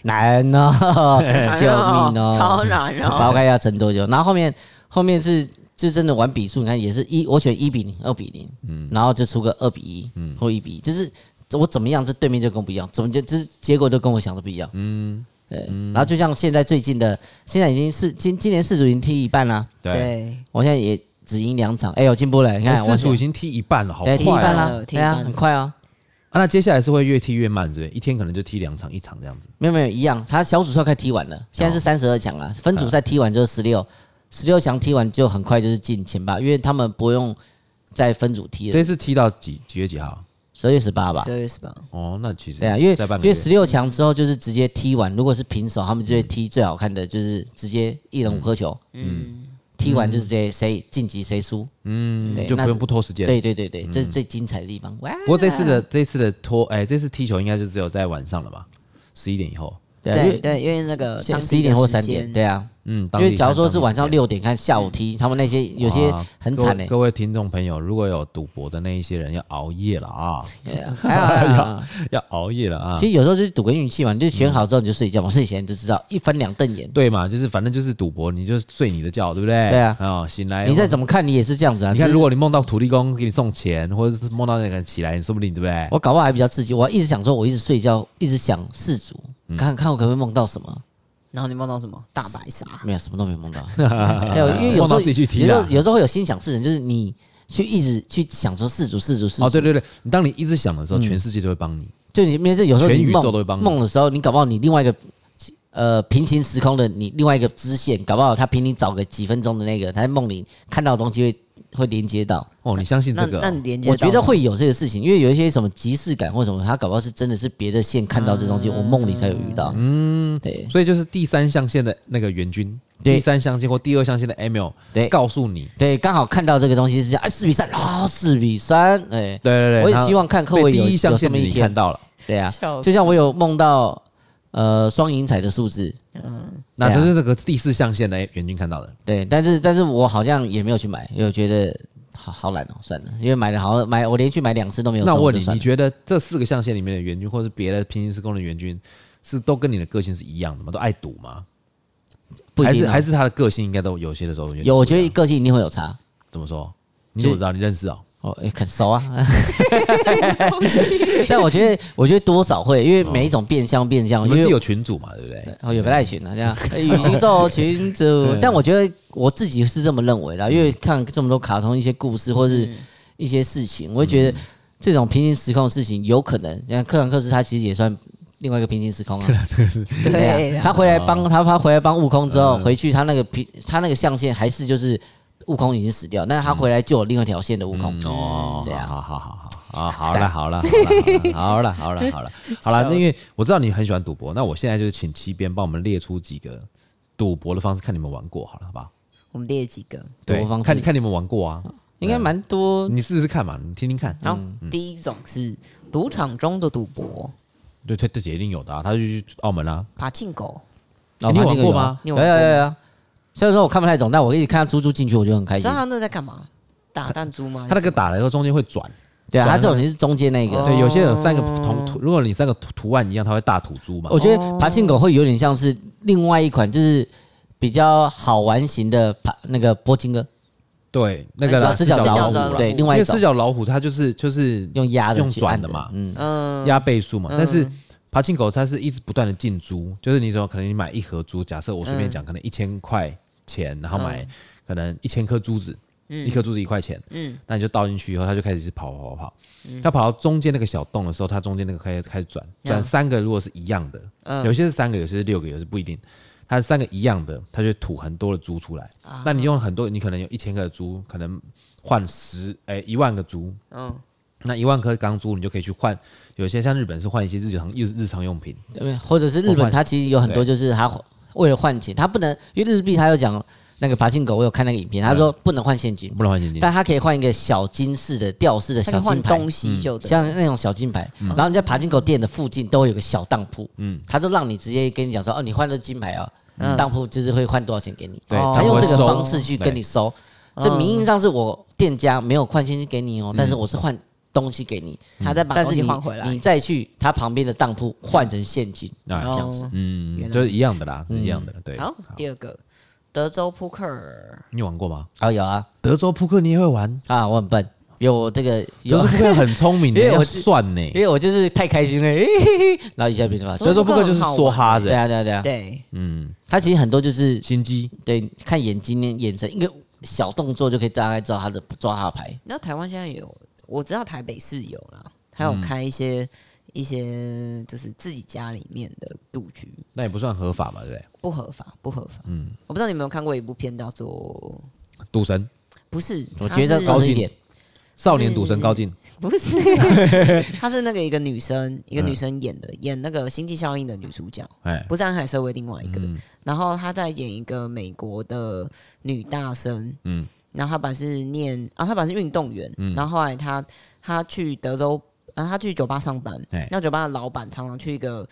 Speaker 3: 难
Speaker 1: [laughs]
Speaker 3: 哦，救命 [laughs]
Speaker 2: [laughs] 哎呦超
Speaker 3: 哦！
Speaker 2: 难
Speaker 3: 八
Speaker 2: 哦，
Speaker 3: 块要撑多久？然后后面后面是就真的玩比数，你看也是一，我选一比零、二比零，嗯，然后就出个二比一，嗯，或一比一，就是我怎么样，这对面就跟我不一样，怎么就就是结果就跟我想的不一样，嗯，对，然后就像现在最近的，现在已经是今今年四组已经踢一半啦，
Speaker 1: 对，
Speaker 3: 我现在也只赢两场，哎、有进步了，你看
Speaker 1: 四
Speaker 3: 我
Speaker 1: 组已经踢一半了，好快哦
Speaker 3: 对踢一半
Speaker 2: 快
Speaker 3: 啦
Speaker 2: 了，踢一
Speaker 3: 对
Speaker 2: 半
Speaker 3: 啊，
Speaker 2: 了
Speaker 3: 很快啊，
Speaker 1: 啊！那接下来是会越踢越慢，是不是？一天可能就踢两场，一场这样子。
Speaker 3: 没有没有一样，他小组赛快踢完
Speaker 1: 哦
Speaker 3: 了，现在是三十二强了，分组赛踢完就是十六，十六强踢完就很快就是进前八，因为他们不用在分组踢了，
Speaker 1: 这次踢到几几月几号？
Speaker 3: 十二月十八吧
Speaker 2: 十。二月十八，
Speaker 1: 哦，那其实
Speaker 3: 对啊，因为
Speaker 1: 在半个
Speaker 3: 因为
Speaker 1: 月
Speaker 3: 十六强之后就是直接踢完，如果是平手，他们就会踢最好看的，就是直接一人五颗球，
Speaker 2: 嗯，
Speaker 3: 踢完就直接谁晋级谁输。嗯，对，
Speaker 1: 就不
Speaker 3: 那是
Speaker 1: 用不拖时间。
Speaker 3: 对对啊对对，这是最精彩的地方。哇，
Speaker 1: 不过这次的这次的拖，哎，这次踢球应该就只有在晚上了吧？十一点以后，
Speaker 3: 对啊因
Speaker 2: 对
Speaker 3: 为
Speaker 2: 对，因为那个当地
Speaker 3: 十一点
Speaker 2: 的
Speaker 3: 或
Speaker 2: 时
Speaker 3: 三点，
Speaker 2: 间
Speaker 3: 对啊，
Speaker 1: 嗯，呃当
Speaker 3: 因
Speaker 1: 地
Speaker 3: 为假如说是晚上
Speaker 1: 看当地时间
Speaker 3: 六点看下午踢，他们那些有些
Speaker 1: 哇
Speaker 3: 很
Speaker 1: 各位
Speaker 3: 惨欸的，
Speaker 1: 各位听众朋友，如果有赌博的那一些人，要熬夜了
Speaker 3: [laughs]
Speaker 1: 啊，
Speaker 3: 对啊还好还
Speaker 1: [laughs]
Speaker 3: 好还好
Speaker 1: 要熬夜了啊。
Speaker 3: 其实有时候就是赌个运气嘛，你就选好之后你就睡觉嘛，睡前你就知道一翻两瞪眼。
Speaker 1: 对嘛，就是反正就是赌博，你就睡你的觉，对不对？哦
Speaker 3: 对啊
Speaker 1: 醒来
Speaker 3: 你再怎么看，你也是这样子啊。
Speaker 1: 哎你看，
Speaker 3: 只是
Speaker 1: 如果你梦到土地公给你送钱，或者是梦到那个人起来，你说不定对不对？
Speaker 3: 我搞不好还比较刺激，我一直想说，我一直睡觉，一直想四组，
Speaker 1: 嗯
Speaker 3: 看看我可不可以梦到什么？
Speaker 2: 然后你梦到什么大白鲨？
Speaker 3: 没有，什么都没
Speaker 1: [laughs]
Speaker 3: 梦到。哎呦因为有
Speaker 1: 梦
Speaker 3: 时
Speaker 1: 到
Speaker 3: 候
Speaker 1: 自己去踢
Speaker 3: 有时候
Speaker 1: 啦
Speaker 3: 有时候会有心想事成，就是你去一直去想说四组四组四组，
Speaker 1: 哦，对对对，你当你一直想的时
Speaker 3: 嗯
Speaker 1: 候，全世界都会帮你。
Speaker 3: 就你面对有时候
Speaker 1: 全
Speaker 3: 你
Speaker 1: 宇宙都
Speaker 3: 梦
Speaker 1: 会帮你
Speaker 3: 梦的时候，你搞不好你另外一个呃平行时空的你另外一个支线，搞不好他比你早个几分钟的那个，他在梦里看到的东西会会连接到。
Speaker 1: 哦，你相信
Speaker 2: 那
Speaker 1: 这个
Speaker 2: 那你
Speaker 1: 哦？
Speaker 2: 连接
Speaker 3: 我觉
Speaker 2: 到
Speaker 3: 得
Speaker 2: 吗
Speaker 3: 会有这个事情，因为有一些什么即视感或什么，他搞不好是真的是别的线看到这
Speaker 2: 嗯
Speaker 3: 东西，我梦里才有遇到。嗯，对
Speaker 1: 所以就是第三象限的那个援军，
Speaker 3: 对
Speaker 1: 第三象限或第二象限的 Emil
Speaker 3: 对
Speaker 1: 告诉你，
Speaker 3: 对，刚好看到这个东西是这样，哎，四比三啊，四比三，哎，
Speaker 1: 对对对，
Speaker 3: 我
Speaker 1: 然
Speaker 3: 也
Speaker 1: 后
Speaker 3: 希望看各
Speaker 1: 被
Speaker 3: 位
Speaker 1: 第
Speaker 3: 有
Speaker 1: 一
Speaker 3: 有
Speaker 1: 象
Speaker 3: 这
Speaker 1: 限
Speaker 3: 么
Speaker 1: 的
Speaker 3: 一
Speaker 1: 你看
Speaker 3: 天，
Speaker 1: 到了，
Speaker 3: 对啊
Speaker 2: 笑，死
Speaker 3: 就像我有梦到呃双赢彩的数字，
Speaker 1: 那
Speaker 3: 对啊
Speaker 1: 就是这个第四象限的援军看到的。
Speaker 3: 对，但是但是我好像也没有去买，因为我觉得好好懒哦，算了，因为买了好像买我连续买两次都没有中，
Speaker 1: 那我问你
Speaker 3: 就，算
Speaker 1: 你
Speaker 3: 了
Speaker 1: 觉得这四个象限里面的援军，或是别的平行时空的援军，是都跟你的个性是一样的吗？都爱赌吗？
Speaker 3: 不一
Speaker 1: 还
Speaker 3: 定啊
Speaker 1: 是还是他的个性应该都有些的时候有点
Speaker 3: 有，我
Speaker 1: 不
Speaker 3: 觉
Speaker 1: 一
Speaker 3: 得
Speaker 1: 样
Speaker 3: 个性一定会有差。
Speaker 1: 怎么说？你怎么知道？你认识哦？
Speaker 3: 哦，哎很熟啊，但我觉得，我觉得多少会，因为每一种变相变相，
Speaker 1: 哦你
Speaker 3: 哦因
Speaker 1: 们自己
Speaker 3: 为
Speaker 1: 有群主嘛？对不对？
Speaker 3: 哦有个赖群啊，这样哎
Speaker 1: [laughs]
Speaker 3: 宇宙群主，但我觉得我自己是这么认为的，
Speaker 1: 嗯
Speaker 3: 因为看这么多卡通一些故事或是一些事情，我会觉得
Speaker 1: 嗯
Speaker 3: 这种平行时空的事情有可能，你看克兰克斯他其实也算另外一个平行时空啊，对
Speaker 2: 对
Speaker 3: 啊，
Speaker 2: 啊
Speaker 3: 他回来
Speaker 1: 哦
Speaker 3: 帮他他回来帮悟空之
Speaker 1: 嗯
Speaker 3: 后，回去他那个皮他那个象限还是就是悟空已经死掉，但是他回来救了另外一条线的悟空。
Speaker 1: 嗯哦，
Speaker 3: 对啊
Speaker 1: 好好好好好
Speaker 3: [laughs]
Speaker 1: 啊，好了好了好了好了好了好了好了，那因为我知道你很喜欢赌博，那我现在就是请七边帮我们列出几个赌博的方式，看你们玩过好了，好不好？
Speaker 2: 我们列几个，
Speaker 3: 赌博方式
Speaker 1: 看你看你们玩过啊，
Speaker 3: 应该蛮多
Speaker 1: 你试试看嘛，你听听看。嗯
Speaker 2: 然后第一种是赌场中的赌博，
Speaker 1: 对对对，一定有的啊，他就去澳门啊，
Speaker 2: 爬进狗，
Speaker 3: 哦
Speaker 1: 你有玩过吗
Speaker 3: 有啊有
Speaker 2: 你有
Speaker 3: 有
Speaker 2: 玩过吗
Speaker 3: 有有。虽然说我看不太懂，但我一直看他猪猪进去，我就很开
Speaker 2: 你知
Speaker 3: 心
Speaker 2: 道。他那在干嘛？打弹珠吗？
Speaker 1: 他那个
Speaker 2: 还是什么
Speaker 1: 打了以后中间会转，
Speaker 3: 对啊，
Speaker 1: 转
Speaker 3: 他
Speaker 1: 了
Speaker 3: 这种是中间那个。
Speaker 1: 对，有些人有三个同图，如果你三个图图案一样，它会大土猪嘛
Speaker 3: 我。
Speaker 2: 哦
Speaker 3: 觉得爬进狗会有点像是另外一款，就是比较好玩型的爬那个铂金哥，
Speaker 1: 对，那个啦
Speaker 3: 四哎角
Speaker 2: 老
Speaker 3: 老
Speaker 2: 虎
Speaker 3: 虎。
Speaker 2: 啦
Speaker 3: 对，另
Speaker 1: 因
Speaker 3: 外
Speaker 1: 为
Speaker 3: 一种
Speaker 1: 四脚老虎它就是就是
Speaker 3: 用压的
Speaker 1: 用
Speaker 3: 去
Speaker 1: 转
Speaker 3: 按
Speaker 1: 的嘛
Speaker 3: 嗯，
Speaker 2: 嗯，
Speaker 1: 压倍数嘛，但是爬进狗它是一直不断的进猪，就是你说可能你买一盒猪，假设我随便讲，可能一千块钱，然后买可能一千颗珠子，一颗珠子一块钱，嗯，那你就倒进去以后，它就开始是跑跑跑跑，它跑到中间那个小洞的时候，它中间那个开始开始转，转三个如果是一样的，有些是三个，有些是六个，有些是不一定。它三个一样的，它就会吐很多的猪出来。那你用很多，你可能有一千个猪，可能换十哎一万个猪，那一万颗钢珠，你就可以去换，有些像日本是换一些日常日日常用品，
Speaker 3: 对，或者是日
Speaker 1: 我
Speaker 3: 本，
Speaker 1: 换
Speaker 3: 它其实有很多就是它为了换钱，它不能，因为日币它有讲那个爬进狗，我有看那个影片，他说不能换现金，
Speaker 1: 不能换现金。
Speaker 3: 但它可以换一个小金饰的吊饰的
Speaker 2: 他
Speaker 3: 小
Speaker 2: 可以
Speaker 3: 金
Speaker 2: 换
Speaker 3: 牌嗯
Speaker 2: 东。西就的，
Speaker 3: 像那种小金
Speaker 1: 嗯
Speaker 3: 牌，然后你在爬进狗店的附近都会有个小当铺，嗯，他就让你直接跟你讲说，哦，你换了金牌哦，
Speaker 2: 嗯
Speaker 3: 当铺就是会换多少钱给你，
Speaker 1: 对
Speaker 2: 哦
Speaker 3: 他用这个
Speaker 1: 他会收
Speaker 3: 方式去跟你收，这名义上是我店家没有换现金给你
Speaker 1: 嗯
Speaker 3: 哦，但是我是换东西给你，
Speaker 2: 他再把
Speaker 3: 但
Speaker 2: 东
Speaker 3: 是
Speaker 2: 西
Speaker 3: 你
Speaker 2: 换回来
Speaker 3: 你，再去他旁边的当铺换成现金，
Speaker 1: 啊
Speaker 3: 这样子
Speaker 2: 哦
Speaker 1: 嗯
Speaker 2: 原，
Speaker 3: 嗯
Speaker 2: 来
Speaker 1: 就是一样的啦，是一样的。对，
Speaker 2: 好，第二个德州扑克尔
Speaker 1: 你有玩过吗？
Speaker 3: 啊有啊
Speaker 1: 德州扑克你也会玩？
Speaker 3: 啊，我很笨，有我这个有
Speaker 1: 德州，扑克很聪明的，
Speaker 3: [laughs] 因为我
Speaker 1: 要算呢。
Speaker 3: 因为我就是太开心了，嘿嘿嘿然后一下变成
Speaker 1: 德州扑克就是梭哈
Speaker 3: 对
Speaker 1: 子，
Speaker 3: 啊对啊对啊，
Speaker 2: 对，
Speaker 1: 嗯，
Speaker 3: 他其实很多就是
Speaker 1: 心机
Speaker 3: 对看眼睛眼神一个小动作就可以大概知道他的抓他的牌，
Speaker 2: 那台湾现在有，我知道台北市有啦，还
Speaker 3: 嗯
Speaker 2: 有开一些、一些就是自己家里面的赌局，
Speaker 1: 那也不算合法嘛，对不对？
Speaker 2: 不合法，不合法。嗯，我不知道你有没有看过一部片叫做
Speaker 1: 赌神，
Speaker 2: 不是，
Speaker 3: 我
Speaker 2: 它
Speaker 3: 觉得
Speaker 2: 啊是
Speaker 3: 高深一点，
Speaker 1: 少年赌神高进，
Speaker 2: 不 [laughs] 是，她是那个一个女生，一个女生演的，演那个《星际效应》的女主角，
Speaker 3: 嗯
Speaker 1: 哎，
Speaker 2: 不是安海瑟薇另外一个。然后她在演一个美国的女大生，
Speaker 1: 嗯
Speaker 2: 嗯，然后她本来是念啊，她本来是运动员，
Speaker 3: 嗯
Speaker 2: 然后后来她她去德州，啊，她去酒吧上班
Speaker 1: 哎，
Speaker 2: 那酒吧的老板常常去一个。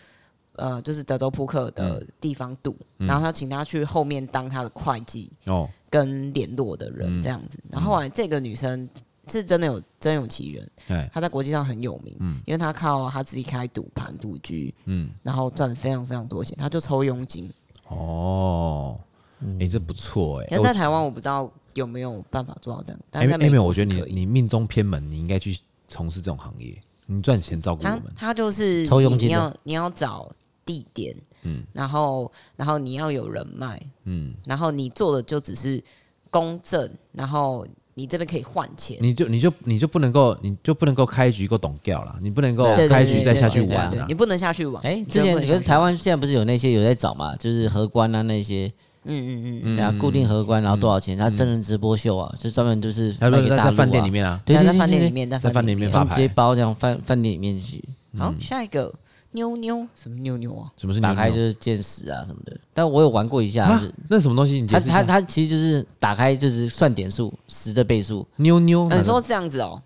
Speaker 2: 呃，就是德州扑克的
Speaker 3: 嗯
Speaker 2: 地方赌，然后他请她去后面当他的会计，
Speaker 1: 哦，
Speaker 2: 跟联络的
Speaker 1: 嗯
Speaker 2: 人这样子。然后后来这个女生是真的有真有其人，
Speaker 1: 哎，
Speaker 2: 她在国际上很有名，因为她靠她自己开赌盘赌局，
Speaker 1: 嗯，
Speaker 2: 然后赚了非常非常多钱，她就抽佣金。
Speaker 1: 哦，
Speaker 3: 嗯
Speaker 1: 哎，这不错哎
Speaker 2: 可。是在台湾我不知道有没有办法做到这样，但是在
Speaker 1: 没
Speaker 2: 美
Speaker 1: 有，
Speaker 2: 国
Speaker 1: 我觉得
Speaker 2: 是
Speaker 1: 你
Speaker 2: 可以。
Speaker 1: 你命中偏门，你应该去从事这种行业，你赚钱照顾我
Speaker 2: 他
Speaker 1: 们。
Speaker 2: 他就是
Speaker 3: 抽佣
Speaker 2: 你
Speaker 3: 金
Speaker 2: 你
Speaker 3: 的
Speaker 2: 要你要找地点，嗯，然后然后你要有人脉，
Speaker 1: 嗯，
Speaker 2: 然后你做的就只是公证，然后你这边可以换钱。
Speaker 1: 你就你就你就不能够你就不能够开局够懂掉啦，你不能够
Speaker 3: 对
Speaker 2: 对对
Speaker 1: 开
Speaker 2: 对
Speaker 1: 局
Speaker 2: 对
Speaker 1: 再下去
Speaker 2: 对对
Speaker 1: 玩
Speaker 2: 对
Speaker 1: 啊
Speaker 2: 你。不能下去玩。
Speaker 3: 哎、
Speaker 2: 你
Speaker 3: 之
Speaker 2: 真
Speaker 3: 前可
Speaker 2: 的不能
Speaker 3: 是
Speaker 2: 下去
Speaker 3: 台湾现在不是有那些有在找嘛，就是荷官啊那些，
Speaker 2: 嗯嗯嗯，
Speaker 3: 然后固定荷官，然后多少钱？他真人直播秀啊，就专门就是
Speaker 1: 嗯他
Speaker 3: 卖
Speaker 1: 们
Speaker 3: 给
Speaker 1: 在
Speaker 3: 大陆、啊、
Speaker 1: 在饭店里，面啊，
Speaker 3: 对对
Speaker 2: 在
Speaker 3: 对
Speaker 2: 饭店里
Speaker 3: 对
Speaker 2: 面，
Speaker 1: 在饭
Speaker 2: 饭
Speaker 1: 店里面
Speaker 3: 他
Speaker 1: 发
Speaker 3: 们直接
Speaker 1: 牌。
Speaker 3: 包这样饭饭店里面去
Speaker 2: 好，下一个妞妞什么妞妞啊？
Speaker 1: 什么是
Speaker 3: 打
Speaker 1: 牛
Speaker 3: 开就
Speaker 1: 牛
Speaker 3: 是见识啊什么的。但我有玩过一下，
Speaker 1: 嗯啊
Speaker 3: 就是？
Speaker 1: 那什么东西？你
Speaker 3: 他
Speaker 1: 解释一
Speaker 3: 他
Speaker 1: 下。
Speaker 3: 他其实就是打开就是算点数十的倍数，
Speaker 1: 妞妞，
Speaker 3: 嗯
Speaker 2: 啊你说这样子哦，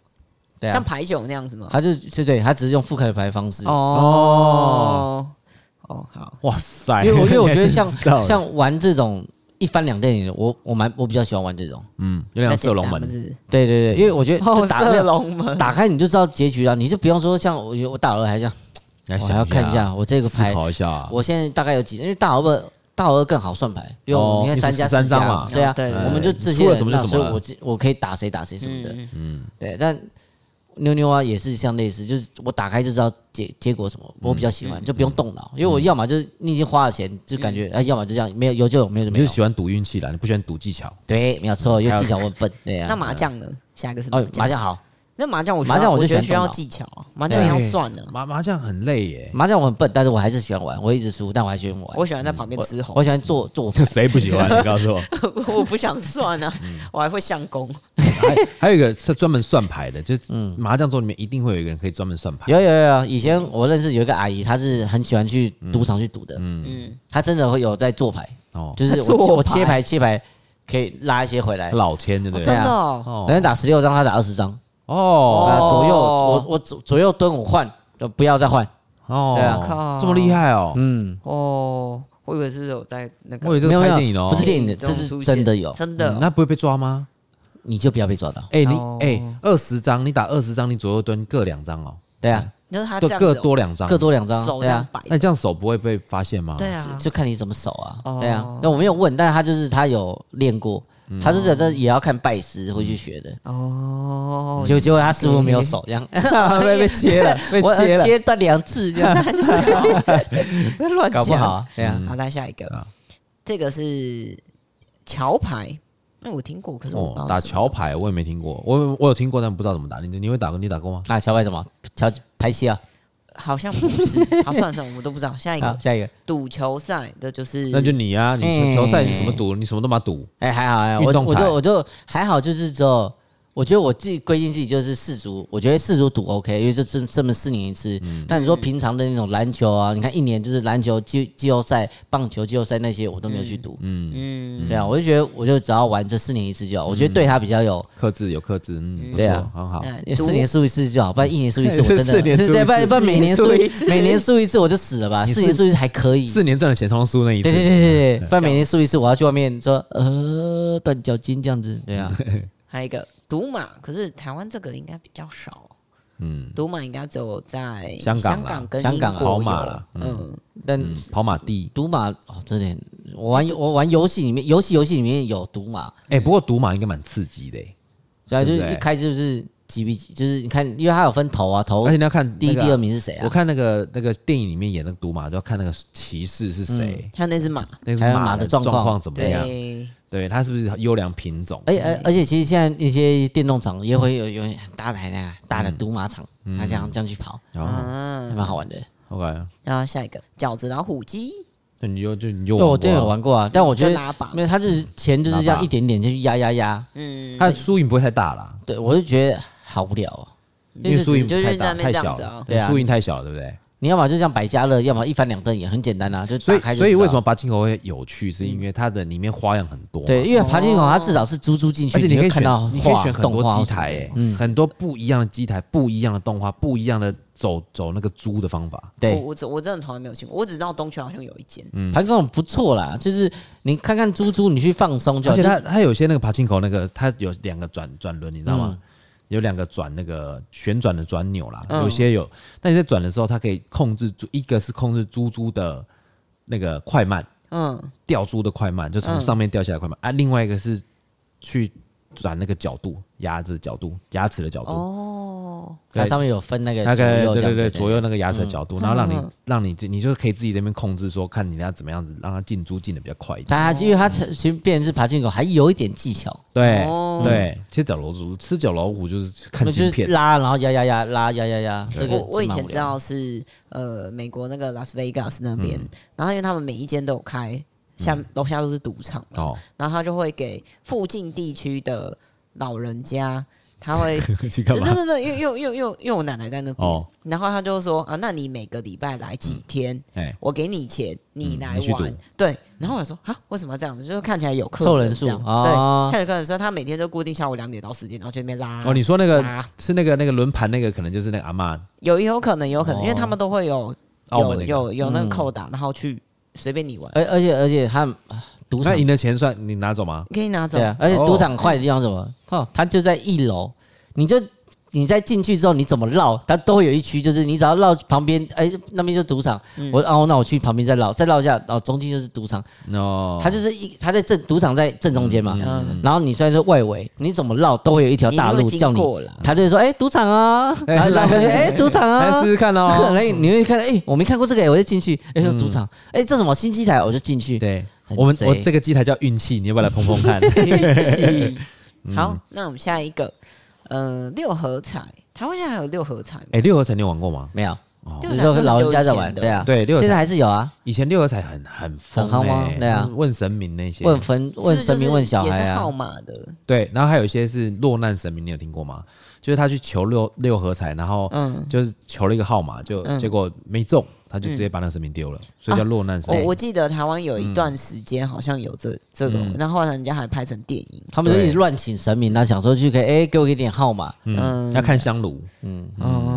Speaker 3: 对
Speaker 2: 像
Speaker 3: 啊，
Speaker 2: 牌九那样子吗？
Speaker 3: 他就就对他只是用复刻牌方式。
Speaker 2: 哦哦，好，
Speaker 1: [laughs] 哇塞！
Speaker 3: 因为我
Speaker 1: [laughs]
Speaker 3: 因为我觉得像
Speaker 1: 哎你还真知道
Speaker 3: 像玩这种一翻两电影的，我我蛮我比较喜欢玩这种。
Speaker 1: 嗯，有两射龙
Speaker 2: 那
Speaker 1: 门，
Speaker 2: 简单
Speaker 3: 对对对，因为我觉得就
Speaker 2: 不是后
Speaker 3: 打没
Speaker 2: 射
Speaker 3: 有
Speaker 2: 哦龙门，
Speaker 3: 打开你就知道结局了，你就不用说像我我大老二还这样，
Speaker 1: 哎你还想
Speaker 3: 我还要看一
Speaker 1: 一
Speaker 3: 下我这个
Speaker 1: 思
Speaker 3: 牌，
Speaker 1: 考一下啊。
Speaker 3: 我现在大概有几张，因为大老二大老二更好算牌，因为
Speaker 1: 哦
Speaker 3: 我们看三加
Speaker 1: 13
Speaker 3: 四加
Speaker 1: 张嘛哎
Speaker 3: 对啊，
Speaker 2: 对对对
Speaker 3: 我们就这些
Speaker 1: 出了
Speaker 3: 人，
Speaker 1: 什么就
Speaker 3: 那
Speaker 1: 什
Speaker 3: 所
Speaker 1: 么
Speaker 3: 以
Speaker 1: 了
Speaker 3: 我自我可以打谁打谁什么的，
Speaker 2: 嗯
Speaker 3: 对，但。妞妞啊，也是像类似，就是我打开就知道结结果什么，我比较喜
Speaker 1: 嗯
Speaker 3: 欢，就不用动脑，因为我要么就是你已经花了钱，就感觉哎，要么就这样，没有有就有，没有就
Speaker 1: 你
Speaker 3: 没
Speaker 1: 就
Speaker 3: 有
Speaker 1: 是。喜欢赌运气啦，你不喜欢赌技巧。
Speaker 3: 对，没有错，因为技巧我很
Speaker 2: [laughs]
Speaker 3: 笨，对啊。
Speaker 2: 那麻将呢？下一个是
Speaker 3: 哦，麻
Speaker 2: 麻将，
Speaker 3: 将好，
Speaker 2: 那麻将我需
Speaker 3: 麻
Speaker 2: 要
Speaker 3: 将我就
Speaker 2: 我觉得
Speaker 3: 喜欢
Speaker 2: 需要
Speaker 3: 动脑
Speaker 2: 技巧啊，麻将也要算的。
Speaker 1: 麻麻将很累耶， [laughs]
Speaker 3: 麻将我很笨，但是我还是喜欢玩，我一直输，但我还喜欢玩。
Speaker 2: 我喜欢在旁边吃红，
Speaker 3: 我喜欢做做
Speaker 2: [laughs]
Speaker 3: 饭
Speaker 1: 谁不喜欢？你告诉我。
Speaker 2: 我不想算啊，
Speaker 3: 嗯
Speaker 2: 我还会相公。
Speaker 1: 还还有一个是专门算牌的，就是麻将桌里面一定会有一个人可以专门算牌。
Speaker 3: 嗯有有有有，以前我认识有一个阿姨，她是很喜欢去赌场去赌的，
Speaker 2: 嗯，
Speaker 3: 她真的会有在做牌，
Speaker 1: 哦，
Speaker 3: 就是
Speaker 2: 她
Speaker 3: 我
Speaker 2: 做
Speaker 3: 我切
Speaker 2: 牌
Speaker 3: 牌切牌可以拉一些回来，
Speaker 1: 老千对不
Speaker 3: 啊
Speaker 2: 哦
Speaker 1: 对？
Speaker 2: 真的哦，
Speaker 1: 哦
Speaker 3: 人家打十六张，她打二十张，啊
Speaker 1: 哦
Speaker 3: 左右我我左左右蹲我换，就不要再换，对啊
Speaker 1: 哦
Speaker 2: 靠，
Speaker 1: 这么厉害哦！
Speaker 3: 嗯，
Speaker 2: 哦，我以为是有在那
Speaker 1: 我以为这
Speaker 2: 个
Speaker 3: 没
Speaker 1: 是
Speaker 3: 有没
Speaker 1: 拍
Speaker 3: 有
Speaker 1: 电影哦，
Speaker 3: 不是电影的，
Speaker 2: 中
Speaker 3: 这是
Speaker 2: 出现
Speaker 3: 真的哦有，
Speaker 2: 真
Speaker 1: 嗯
Speaker 2: 的
Speaker 1: 那不会被抓吗？
Speaker 3: 你就不要被抓到，
Speaker 1: 哎，你
Speaker 2: 哦
Speaker 1: 哎，二十张，你打二十张，你左右蹲各两张哦，
Speaker 3: 对啊，
Speaker 2: 就是他
Speaker 1: 各
Speaker 2: 这样
Speaker 1: 各
Speaker 2: 子哦
Speaker 1: 多两张，
Speaker 3: 各多两张，
Speaker 2: 手这
Speaker 3: 对
Speaker 2: 样
Speaker 3: 啊。
Speaker 2: 摆
Speaker 1: 那你这样手不会被发现吗？
Speaker 2: 对，啊，
Speaker 3: 就看你怎么守啊，
Speaker 2: 哦
Speaker 3: 对啊，那我没有问，但是他就是他有练过，他是觉得也要看拜师会去学的，
Speaker 2: 哦，
Speaker 3: 结果结果他师傅没有手，这样
Speaker 1: 被被切
Speaker 3: [laughs]
Speaker 2: [laughs]
Speaker 1: 了，被
Speaker 3: 我
Speaker 1: 切了。
Speaker 3: 切断两次，这样
Speaker 2: 不要乱
Speaker 3: 搞不
Speaker 2: 讲
Speaker 3: 好。啊，对啊，
Speaker 2: 好，来嗯下一个
Speaker 1: 啊，
Speaker 2: 这个是桥牌，那我听过，可是我不知
Speaker 1: 哦，
Speaker 2: 道是
Speaker 1: 打
Speaker 2: 什么
Speaker 1: 桥牌我也没听过，我我有听过，但不知道怎么打。你你会打过？你打过吗？
Speaker 3: 啊，小白什么？小排气啊，
Speaker 2: 好像不是。好，算了算了，我们都不知道。下一
Speaker 3: 好，
Speaker 2: 个
Speaker 3: 下一个，
Speaker 2: 赌球赛的就是，
Speaker 1: 那就你啊，你
Speaker 3: 嗯
Speaker 1: 球赛你什么赌？你什么都嘛赌。
Speaker 3: 哎，还好，还好，
Speaker 1: 运
Speaker 3: 我
Speaker 1: 动
Speaker 3: 我
Speaker 1: 彩
Speaker 3: 就我就还好，就是只有。我觉得我自己规定自己就是四足，我觉得四足赌 OK，因为这这这么四年一次。但你说平常的那种篮球啊，你看一年就是篮球季季后赛、棒球季后赛那些，我都没有去赌。
Speaker 2: 嗯，
Speaker 3: 对啊，我就觉得我就只要玩这四年一次
Speaker 1: 嗯
Speaker 3: 就好，我觉得对他比较有
Speaker 1: 克制有克制，嗯，不
Speaker 3: 对
Speaker 1: 错
Speaker 3: 啊，
Speaker 1: 很好。
Speaker 2: 哎
Speaker 3: 四年输一次就好，不然一年输一次我真的
Speaker 1: [laughs] 四年输一次
Speaker 3: 对，不然不然每年输
Speaker 2: 四年输一
Speaker 3: 一
Speaker 2: 次
Speaker 3: 每年输一次我就死了吧，
Speaker 1: 你是
Speaker 3: 四年输一次还可以。
Speaker 1: 四年挣的钱，通通输那一次
Speaker 3: 对。对对对对，不然每年输一次我要去外面说呃断脚筋这样子，对
Speaker 1: 嗯
Speaker 3: 啊，
Speaker 2: 还有一个赌马，可是台湾这个应该比较少。
Speaker 1: 嗯，
Speaker 2: 赌马应该只有在
Speaker 1: 香港啦
Speaker 2: 港跟
Speaker 3: 香港
Speaker 2: 英
Speaker 1: 跑
Speaker 2: 国
Speaker 1: 马
Speaker 2: 有
Speaker 1: 啦
Speaker 2: 嗯，
Speaker 3: 但
Speaker 1: 嗯跑马地
Speaker 3: 赌马哦真的很，我玩我玩游戏里面，游戏游戏里面有赌马，
Speaker 1: 哎、不过赌马应该蛮刺激的、欸，
Speaker 3: 所以就
Speaker 1: 对不
Speaker 3: 是
Speaker 1: 对
Speaker 3: 一开就是几比几，就是你看，因为它有分头啊，头
Speaker 1: 而且你要看、那
Speaker 3: 第一、
Speaker 1: 个啊
Speaker 3: 第二。名是谁啊？
Speaker 1: 我看那个那个电影里面演那个赌马，就要看那个骑士是谁，
Speaker 2: 还有那只马，
Speaker 1: 那
Speaker 3: 嗯还
Speaker 1: 个
Speaker 3: 有马
Speaker 1: 的
Speaker 3: 的状况
Speaker 1: 况怎么样？
Speaker 2: 对，
Speaker 1: 对，啊它是不是优良品种？
Speaker 3: 而且而而且其实现在一些电动场也
Speaker 1: 嗯
Speaker 3: 会有有很大的那大的赌马场，他这样这样去跑，
Speaker 1: 然后
Speaker 2: 嗯，
Speaker 3: 还蛮好玩的。哦
Speaker 1: OK，
Speaker 2: 然后下一个饺子老虎机，
Speaker 1: 那你就就你就
Speaker 3: 对，
Speaker 1: 玩过
Speaker 3: 我之前有
Speaker 1: 啊，
Speaker 3: 玩过啊，但我觉
Speaker 2: 就
Speaker 3: 得
Speaker 2: 拉榜
Speaker 3: 没有，他
Speaker 1: 嗯
Speaker 3: 就是钱就是这
Speaker 1: 拉
Speaker 3: 样
Speaker 1: 吧
Speaker 3: 一点点就去压压压，
Speaker 2: 嗯，
Speaker 1: 它的输赢不会太大啦，
Speaker 3: 对我就觉得好无聊哦。
Speaker 1: 因为输赢
Speaker 2: 就是
Speaker 1: 太大
Speaker 2: 在那
Speaker 1: 太
Speaker 2: 边这
Speaker 1: 小
Speaker 2: 样子
Speaker 1: 了
Speaker 2: 啊，
Speaker 3: 对啊
Speaker 1: 输赢太小了，对不对？
Speaker 3: 你要么就这样百家乐，要么一翻两瞪眼，很简单啊，就
Speaker 1: 所
Speaker 3: 打
Speaker 1: 以
Speaker 3: 开就知道
Speaker 1: 所以为什么拔金口会有趣，是因为它的里面花样很多，
Speaker 3: 对，，因为爬进口它至少是租租进去，
Speaker 1: 而且
Speaker 3: 你
Speaker 1: 可以
Speaker 3: 会
Speaker 1: 选
Speaker 3: 看到，
Speaker 1: 你可以
Speaker 3: 画
Speaker 1: 选很
Speaker 3: 动画
Speaker 1: 多
Speaker 3: 或
Speaker 1: 机
Speaker 3: 什么
Speaker 1: 台
Speaker 3: 的嗯
Speaker 1: 诶，很多不一样的机台，不一样的动画，不一样的走走那个猪的方法。
Speaker 2: 我
Speaker 3: 对，嗯
Speaker 2: 我真我真的从来没有去过，我只知道东区好像有一间，
Speaker 1: 嗯
Speaker 3: 爬进口不错啦，就是你看看猪猪，你去放松就
Speaker 1: 而
Speaker 3: 好。
Speaker 1: 且
Speaker 3: 就
Speaker 1: 它它有些那个爬进口那个，它有两个转转轮，你知道
Speaker 2: 嗯
Speaker 1: 吗？有两个转那个旋转的转钮啦，
Speaker 2: 嗯
Speaker 1: 有些有。那你在转的时候，它可以控制猪，一个是控制猪猪的那个快慢，
Speaker 2: 嗯，
Speaker 1: 掉猪的快慢，就从
Speaker 2: 嗯
Speaker 1: 上面掉下来快慢、啊。另外一个是去转那个角度，牙子的角度，牙齿的角度。
Speaker 2: 哦，
Speaker 3: 它上面有分那个
Speaker 1: 大
Speaker 3: 左
Speaker 1: 概
Speaker 3: 右
Speaker 1: 对
Speaker 3: 这
Speaker 1: 对
Speaker 3: 样
Speaker 1: 对
Speaker 3: 子，
Speaker 1: 左右那个牙齿的角度，然后让
Speaker 2: 嗯
Speaker 1: 你让你你就可以自己在那边控制说，看你要怎么样子让它进猪进的比较快一点。
Speaker 2: 哦
Speaker 3: 它因为它其实变成是爬进口，还有一点技巧，
Speaker 1: 对
Speaker 2: 哦
Speaker 1: 对，吃角老虎吃角老虎就是看
Speaker 3: 那就
Speaker 1: 镜
Speaker 3: 是
Speaker 1: 片，
Speaker 3: 拉，然后压压压，拉压压压。这个
Speaker 2: 我我以
Speaker 3: 是蛮
Speaker 2: 前
Speaker 3: 无
Speaker 2: 知
Speaker 3: 聊的
Speaker 2: 道是呃美国那个 Las Vegas 那边，
Speaker 3: 嗯
Speaker 2: 然后因为他们每一间都有开，下楼下都是赌场嘛，
Speaker 1: 哦，
Speaker 2: 然后他就会给附近地区的老人家，
Speaker 3: [laughs]
Speaker 2: 他会
Speaker 1: [laughs] 去干
Speaker 2: 真
Speaker 1: 嘛？
Speaker 2: 真的，因为因为因为因为因为我奶奶在那边，
Speaker 1: 哦
Speaker 2: 然后他就说啊，那你每个礼拜来
Speaker 3: 嗯
Speaker 2: 几天，
Speaker 1: 哎，
Speaker 2: 我给你钱，你来
Speaker 1: 你去
Speaker 2: 玩。
Speaker 1: 赌
Speaker 2: 对，然后我想说啊，为什么要这样子？就是看起来有客
Speaker 3: 凑人
Speaker 2: 这
Speaker 3: 数
Speaker 2: 样
Speaker 3: 哦
Speaker 2: 对，看有客人说他每天都固定下午两点到十点，然后去那边拉。
Speaker 1: 哦，你说那个
Speaker 2: 拉
Speaker 1: 是那个那个轮盘那个，可能就是那个阿嬷
Speaker 2: 有有可能有可能，
Speaker 3: 哦
Speaker 2: 因为他们都会有
Speaker 1: 澳门
Speaker 2: 有
Speaker 1: 那个，
Speaker 2: 有有
Speaker 3: 嗯
Speaker 2: 那个扣打，然后去随便你玩，
Speaker 3: 而而且而且它赌场
Speaker 1: 那赢的钱算你拿走吗？
Speaker 2: 你可以拿走
Speaker 3: 对。啊，而
Speaker 1: 哦
Speaker 3: 且赌场快的地方是什么？哦，它就在一楼，你就你在进去之后，你怎么绕，它都会有一区，就是你只要绕旁边，哎、那边就赌场。我哦，那我去旁边再绕，再绕一下，哦，中间就是赌场。
Speaker 1: 嗯哦，
Speaker 3: 它就是一，它在正赌场在正中间嘛。
Speaker 2: 嗯，
Speaker 3: 然后你虽然说外围，你怎么绕都会有一条大
Speaker 2: 你一
Speaker 3: 路
Speaker 2: 定会
Speaker 3: 叫
Speaker 2: 经
Speaker 3: 你
Speaker 2: 过啦，
Speaker 3: 他就会说：“哎，赌场啊！”
Speaker 1: 哎
Speaker 3: 然后大家就哎，赌场
Speaker 1: 来
Speaker 3: 啊
Speaker 1: 试！”试看
Speaker 3: 然 [laughs]
Speaker 1: 哦。
Speaker 3: 后你会看，哎，我没看过这个，我就进去。哎，有赌场，哎，这什么新机台，我就进去。
Speaker 1: 嗯对，
Speaker 3: 很
Speaker 1: 我们
Speaker 3: 贼
Speaker 1: 我这个机台叫运气，你要不要来碰碰
Speaker 3: [laughs]
Speaker 1: 看？
Speaker 2: [laughs]
Speaker 3: 嗯
Speaker 2: 好，那我们下一个，呃，六合彩，台湾现在还有六合彩吗？
Speaker 1: 哎，六合彩你有玩过吗？
Speaker 3: 没有，
Speaker 2: 六
Speaker 3: 只是
Speaker 2: 合彩是
Speaker 3: 哦说
Speaker 2: 很
Speaker 3: 老人
Speaker 2: 久
Speaker 3: 家
Speaker 2: 以
Speaker 3: 在
Speaker 2: 前
Speaker 3: 玩，
Speaker 2: 的
Speaker 3: 对啊，
Speaker 1: 对六合彩
Speaker 3: 现在还是有啊。
Speaker 1: 以前六合彩很很疯
Speaker 3: 很夯吗
Speaker 1: 欸
Speaker 3: 对啊
Speaker 1: 问神明那些，
Speaker 3: 问分问
Speaker 2: 是不
Speaker 3: 神
Speaker 2: 是
Speaker 3: 明问小
Speaker 2: 也
Speaker 3: 孩
Speaker 2: 是号
Speaker 3: 啊，
Speaker 2: 码的，
Speaker 1: 对，然后还有一些是落难神明，你有听过吗？就是他去求六六合彩，然后
Speaker 2: 嗯，
Speaker 1: 就是求了一个号码，就、
Speaker 2: 嗯
Speaker 1: 结果没中，他就直接把那个神明丢了，所以叫落难神
Speaker 2: 哦我
Speaker 1: 明。
Speaker 2: 我记得台湾有一段时间好像有这这个，
Speaker 3: 嗯
Speaker 2: 然后后来人家还拍成电影，
Speaker 3: 他们就一直乱请神明啊，想说去可以哎，给我一点号码，
Speaker 1: 嗯，要看香炉，
Speaker 2: 嗯，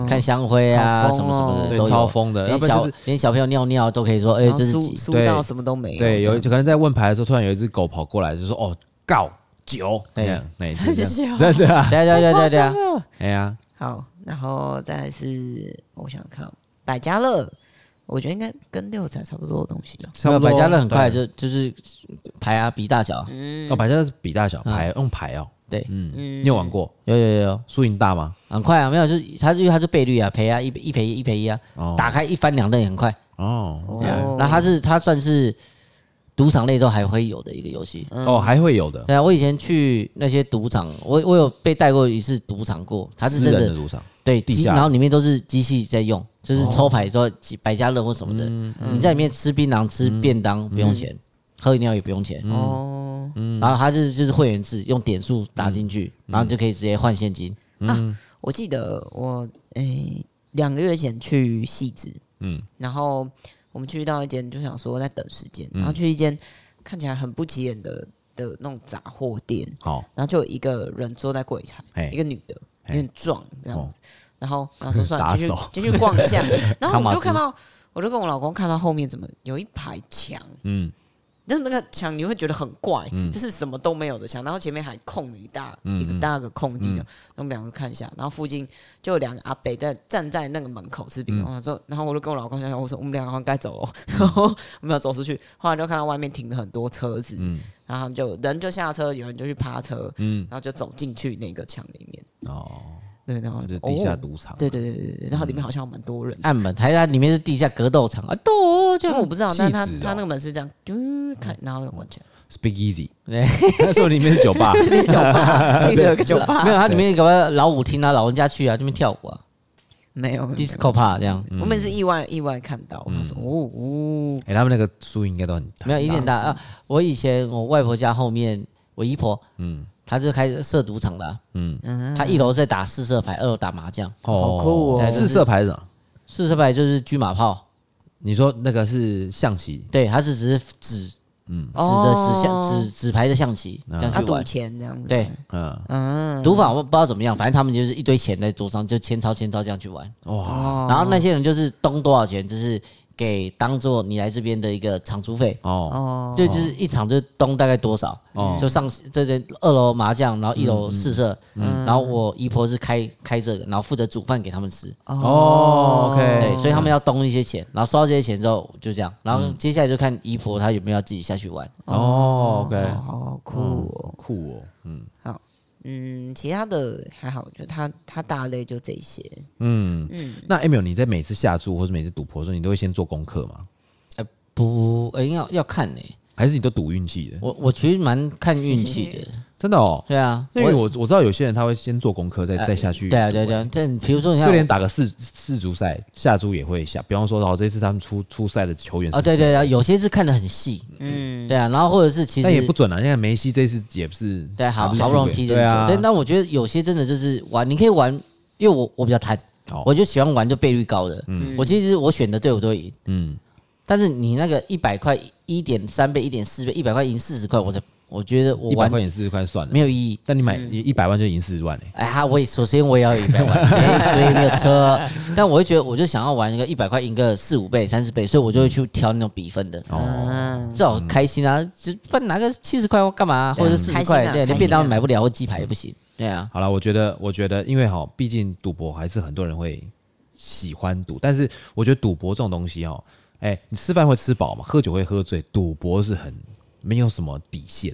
Speaker 3: 看香灰啊
Speaker 2: 好疯
Speaker 3: 什么什么
Speaker 2: 哦
Speaker 3: 的
Speaker 1: 对
Speaker 3: 都，
Speaker 1: 超
Speaker 3: 有。
Speaker 1: 疯的，要
Speaker 3: 连
Speaker 1: 不然就
Speaker 3: 小
Speaker 1: 是
Speaker 3: 连小朋友尿尿都可以说，哎，
Speaker 2: 然后
Speaker 3: 这是
Speaker 2: 输
Speaker 3: 几？
Speaker 2: 输
Speaker 1: 对
Speaker 2: 到什么都没有，
Speaker 1: 对，有一
Speaker 2: 这
Speaker 1: 可能在问牌的时候，突然有一只狗跑过来，就说：“哦，告九。”这
Speaker 3: 对
Speaker 1: 样，那
Speaker 2: 样
Speaker 1: 这样，
Speaker 2: 真的
Speaker 1: 真的啊，
Speaker 3: 对对对对对啊，
Speaker 1: 哎呀，
Speaker 2: 好，然后再来是我想想看百家乐，我觉得应该跟六合彩差不多的东西了。
Speaker 1: [laughs]
Speaker 2: 啊
Speaker 1: 差不多
Speaker 3: 百家乐很快
Speaker 1: 对
Speaker 3: 就就是牌啊，比大小啊，
Speaker 2: 嗯
Speaker 1: 哦，百家乐是比大小牌，用牌哦，
Speaker 3: 对，
Speaker 1: 嗯，你有玩过
Speaker 3: 有有有有，
Speaker 1: 输赢大吗？
Speaker 3: 很快啊，没有，就是它因为它是倍率啊，赔啊一一赔一一赔一啊，
Speaker 1: 哦
Speaker 3: 打开一翻两瞪眼很快。
Speaker 1: 哦
Speaker 3: 对啊
Speaker 2: 哦
Speaker 3: 然后它是它算是赌场类都还会有的一个游戏。
Speaker 1: 哦，还会有的，
Speaker 3: 对啊，我以前去那些赌场，我我有被带过一次赌场过，它是
Speaker 1: 私
Speaker 3: 真
Speaker 1: 人的
Speaker 3: 的
Speaker 1: 赌场。
Speaker 3: 对
Speaker 1: 地
Speaker 3: 机，
Speaker 1: 下
Speaker 3: 然后里面都是机器在用，就是抽牌之后几百家乐或什么的，
Speaker 1: 嗯
Speaker 3: 你在里面吃槟榔、吃便当不用钱，喝饮料也不用钱，
Speaker 2: 哦，
Speaker 3: 然后它是就是会员制，用点数打进去，
Speaker 1: 嗯
Speaker 3: 然后你就可以直接换现金。
Speaker 2: 我记得我诶两个月前去戏子，嗯，然后我们去到一间就想说在等时间，然后去一间看起来很不起眼的的那种杂货店，
Speaker 1: 好，
Speaker 2: 然后就有一个人坐在柜台
Speaker 1: 嘿，
Speaker 2: 一个女的，有
Speaker 1: 嘿
Speaker 2: 点壮这样子。然后，然后说算
Speaker 1: 打
Speaker 2: 了，继续
Speaker 1: 手
Speaker 2: 继续逛一下。然后
Speaker 3: 汤
Speaker 2: 我
Speaker 3: 马
Speaker 2: 就
Speaker 3: 斯
Speaker 2: 看到，我就跟我老公看到后面怎么有一排墙，
Speaker 1: 嗯，
Speaker 2: 但是那个墙你会觉得很怪，就是什么都没有的墙，然后前面还空了一大、一
Speaker 1: 嗯
Speaker 2: 个大个空地的，然后我们两个看一下，然后附近就有两个阿伯在站在那个门口吃
Speaker 1: 嗯
Speaker 2: 冰，然后说，然后我就跟我老公讲，我说我们 [laughs] 两个好像该走了，然后我们要走出去，后来就看到外面停了很多车子，
Speaker 1: 嗯
Speaker 2: 然后他们就人就下车，有人就去趴车，然后就走进去那个墙里面，
Speaker 1: 哦，
Speaker 2: 对，然后
Speaker 1: 那就
Speaker 2: 哦
Speaker 1: 地下赌场、
Speaker 2: 对对对对对，然后里面好像有蛮多人。
Speaker 3: 暗门，还它里面是地下格斗场啊，斗
Speaker 2: 因
Speaker 3: 就
Speaker 2: 为我不知道，但是他
Speaker 1: 戏子哦
Speaker 2: 他那个门是这样，就
Speaker 1: 嗯
Speaker 2: 开，然后就关起来。 [laughs]
Speaker 1: ，Speak Easy，那时候里面是酒吧，
Speaker 2: 酒吧，其实有个酒吧，
Speaker 3: [laughs] 没有，它里面搞个老舞厅啊，老人家去啊，这边跳舞啊
Speaker 2: 没有，没有
Speaker 3: ，disco bar 这样，
Speaker 2: 我们也是意外意外看到，他说哦哦，
Speaker 1: 哎、他们那个输赢应该都很大，
Speaker 3: 没有一点大啊。我以前我外婆家后面，我姨婆，
Speaker 1: 嗯
Speaker 3: 嗯，她就开设赌场的啊，
Speaker 2: 嗯，
Speaker 3: 她一楼在打四色牌，二楼打麻将，
Speaker 2: 好酷哦
Speaker 1: 四色牌是什么？
Speaker 3: 四色牌就是车马炮，
Speaker 1: 你说那个是象棋，嗯
Speaker 3: 对，它是只是纸纸的纸象
Speaker 2: 哦
Speaker 3: 纸纸牌的象棋这样
Speaker 2: 他
Speaker 3: 去
Speaker 2: 啊赌
Speaker 3: 玩，
Speaker 2: 钱这样子，
Speaker 3: 对，
Speaker 1: 嗯，
Speaker 2: 嗯，
Speaker 3: 赌法我不知道怎么样，反正他们就是一堆钱在桌上，就千钞千钞这样去玩。
Speaker 1: 哇，
Speaker 2: 哦，
Speaker 3: 然后那些人就是东多少钱，就是给当做你来这边的一个场租费，
Speaker 1: 哦，
Speaker 2: 哦，
Speaker 3: 这就是一场就是东大概多少，
Speaker 1: 哦
Speaker 3: 就上这些二楼麻将，然后一楼四色，
Speaker 1: 嗯
Speaker 3: 然后我姨婆是开开这个，然后负责煮饭给他们吃，
Speaker 1: 哦，OK，
Speaker 3: 对，所以他们要东一些钱，然后收到这些钱之后就这样，然
Speaker 1: 嗯
Speaker 3: 后接下来就看姨婆她有没有要自己下去玩。
Speaker 1: 哦，OK，
Speaker 2: 好酷哦，
Speaker 1: 酷哦，嗯
Speaker 2: 好，嗯，其他的还好，就他他大类就这些，
Speaker 1: 嗯那 Emil，你在每次下注或是每次赌博的时候，你都会先做功课吗？
Speaker 3: 不，哎、要要看呢、
Speaker 1: 还是你都赌运气的？
Speaker 3: 我我其实蛮看运气的，
Speaker 1: 真的哦，
Speaker 3: 对啊，
Speaker 1: 因为我我知道有些人他会先做功课，再再下去。
Speaker 3: 对啊，对啊对啊，这比如说你
Speaker 1: 就
Speaker 3: 看
Speaker 1: 连打个世世足赛下注也会下，比方说，哦，这次他们出出赛的球员是
Speaker 3: 啊，对
Speaker 1: 谁，
Speaker 3: 对对，有些是看得很细，嗯，对啊，然后或者是其
Speaker 1: 但
Speaker 3: 实
Speaker 1: 也不准啊。现在梅西这次也不是
Speaker 3: 对，好
Speaker 1: 还是
Speaker 3: 好不
Speaker 1: 输
Speaker 3: 容易
Speaker 1: 给
Speaker 3: 踢
Speaker 1: 对
Speaker 3: 人手
Speaker 1: 啊，，
Speaker 3: 但但我觉得有些真的就是玩，你可以玩，因为我我比较贪
Speaker 1: 哦，
Speaker 3: 我就喜欢玩就倍率高的，
Speaker 2: 嗯
Speaker 3: 我其实我选的队伍都会赢，
Speaker 1: 嗯，
Speaker 3: 但是你那个一百块一点三倍、一点四倍、一百块赢四十块，我才我觉得我
Speaker 1: 一百
Speaker 3: 玩
Speaker 1: 块也四十块算了
Speaker 3: 没，有意义。
Speaker 1: 但你买一一百万就赢四十万嘞，
Speaker 3: 哎哈，我也首先我也要有一百万，对，没有车，但我会觉得我就想要玩一个一百块赢个四五倍、三十倍，所以我就会去挑那种比分的。
Speaker 1: 哦
Speaker 2: 嗯，
Speaker 3: 至少开心啊，就不然拿个七十块或干嘛啊、或者是四
Speaker 2: 开
Speaker 3: 十
Speaker 2: 心啊
Speaker 3: 块，对，
Speaker 2: 开
Speaker 3: 连
Speaker 2: 心啊
Speaker 3: 便当也买不了或鸡排也不行，对啊，
Speaker 1: 好了，我觉得，我觉得，因为哈，毕竟赌博还是很多人会喜欢赌，但是我觉得赌博这种东西哈，哎、你吃饭会吃饱嘛，喝酒会喝醉，赌博是很没有什么底线，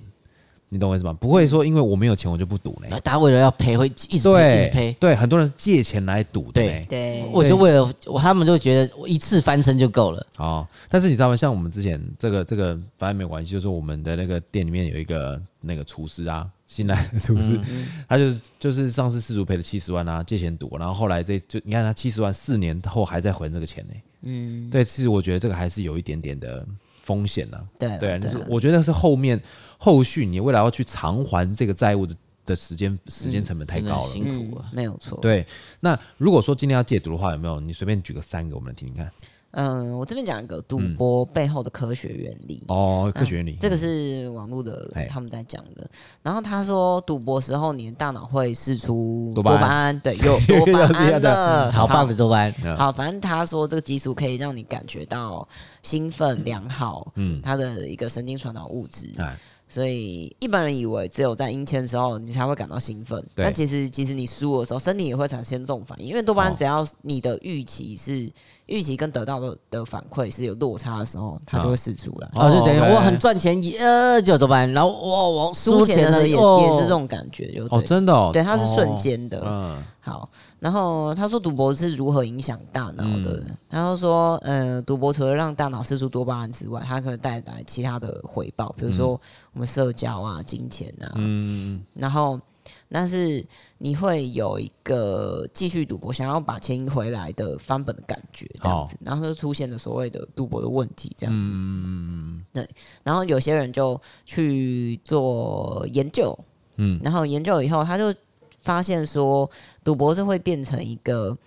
Speaker 1: 你懂我意思吗？不会说因为我没有钱我就不赌嘞，
Speaker 3: 大家为了要赔会嗯一直赔一直
Speaker 1: 对
Speaker 3: 赔，
Speaker 1: 对，很多人是借钱来赌的
Speaker 3: 对
Speaker 1: 嘞，
Speaker 2: 对，
Speaker 3: 我就为了我他们就觉得我一次翻身就够了，
Speaker 1: 哦，但是你知道吗？像我们之前这个这个，反正没有关系，就是我们的那个店里面有一个那个厨师啊，新来的厨师，他就是就是上次失足赔了七十万啊，借钱赌，然后后来这就你看他七十万四年后还在还这个钱呢、嗯，对，其实我觉得这个还是有一点点的风险呢、啊。
Speaker 2: 对
Speaker 1: 对啊，就是
Speaker 2: 对
Speaker 1: 我觉得是后面后续你未来要去偿还这个债务的的时间时间成本太
Speaker 3: 真的
Speaker 1: 高了，
Speaker 3: 辛苦啊。
Speaker 2: 嗯没有错，
Speaker 1: 对，那如果说今天要戒毒的话，有没有？你随便举个三个，我们来听听看。
Speaker 2: 嗯，我这边讲一个赌博背后的科学原理，
Speaker 1: 哦，科学原理，
Speaker 2: 这个是网络的
Speaker 1: 哎
Speaker 2: 他们在讲的。然后他说，赌博时候你的大脑会释出
Speaker 1: 多
Speaker 2: 多
Speaker 1: 巴
Speaker 2: 巴
Speaker 1: 胺
Speaker 2: 胺，对，有多巴胺的，
Speaker 3: 啊好棒的多巴胺，
Speaker 1: 嗯
Speaker 2: 好，反正他说这个激素可以让你感觉到兴奋、良好，
Speaker 1: 嗯
Speaker 2: 嗯，它的一个神经传导物质。
Speaker 1: 哎
Speaker 2: 所以一般人以为只有在阴天的时候你才会感到兴奋，
Speaker 1: 对
Speaker 2: 但其实其实你输的时候，身体也会产生这种反应，因为多巴
Speaker 1: 哦
Speaker 2: 胺只要你的预期是、预期跟得到的的反馈是有落差的时候，它就会释出来。
Speaker 1: 哦
Speaker 3: 哦，就等于
Speaker 1: ，OK
Speaker 3: 我很赚钱，呃，就有多巴胺，然后哇，我
Speaker 2: 输
Speaker 3: 输
Speaker 2: 钱的
Speaker 3: 钱
Speaker 2: 时候
Speaker 3: 了，哦
Speaker 2: 也、也是这，种感觉，就对
Speaker 1: 哦，
Speaker 2: 了。
Speaker 1: 真的、哦，
Speaker 2: 对，它是瞬
Speaker 1: 哦，
Speaker 2: 间的。
Speaker 1: 嗯，
Speaker 2: 好，然后他说赌博是如何影响大脑的，他就说，呃，赌博除了让大脑释出多巴胺之外，它可能带来其他的回报，比如说我们社交啊、金钱啊，
Speaker 1: 嗯
Speaker 2: 然后但是你会有一个继续赌博，想要把钱赢回来的翻本的感觉，这样子，然后就出现了所谓的赌博的问题，这样子，对，然后有些人就去做研究，
Speaker 1: 嗯
Speaker 2: 嗯，然后研究以后，他就发现说，赌博是会变成一个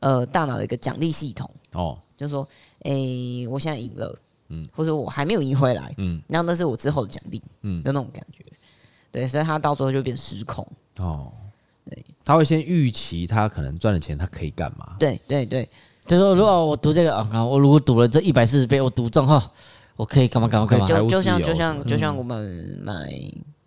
Speaker 2: 呃大脑的一个奖励系统，
Speaker 1: 哦，
Speaker 2: 就是说，诶、我现在赢了，
Speaker 1: 嗯
Speaker 2: 嗯，或者我还没有赢回来，
Speaker 1: 嗯，
Speaker 2: 然后那是我之后的奖励，
Speaker 1: 嗯
Speaker 2: 嗯的那种感觉，对，所以他到最后就变失控，
Speaker 1: 哦，
Speaker 2: 对，
Speaker 1: 他会先预期他可能赚了钱，他可以干嘛？
Speaker 2: 对对对，
Speaker 3: 就说如果我赌这个啊，我如果赌了这一百四十倍，我赌中哈，我可以干嘛干嘛干嘛
Speaker 1: 对，财
Speaker 2: 就
Speaker 1: 务
Speaker 2: 就
Speaker 1: 自由
Speaker 2: 像
Speaker 1: 什
Speaker 2: 就
Speaker 1: 么
Speaker 2: 像就
Speaker 3: 嗯
Speaker 2: 像我们买，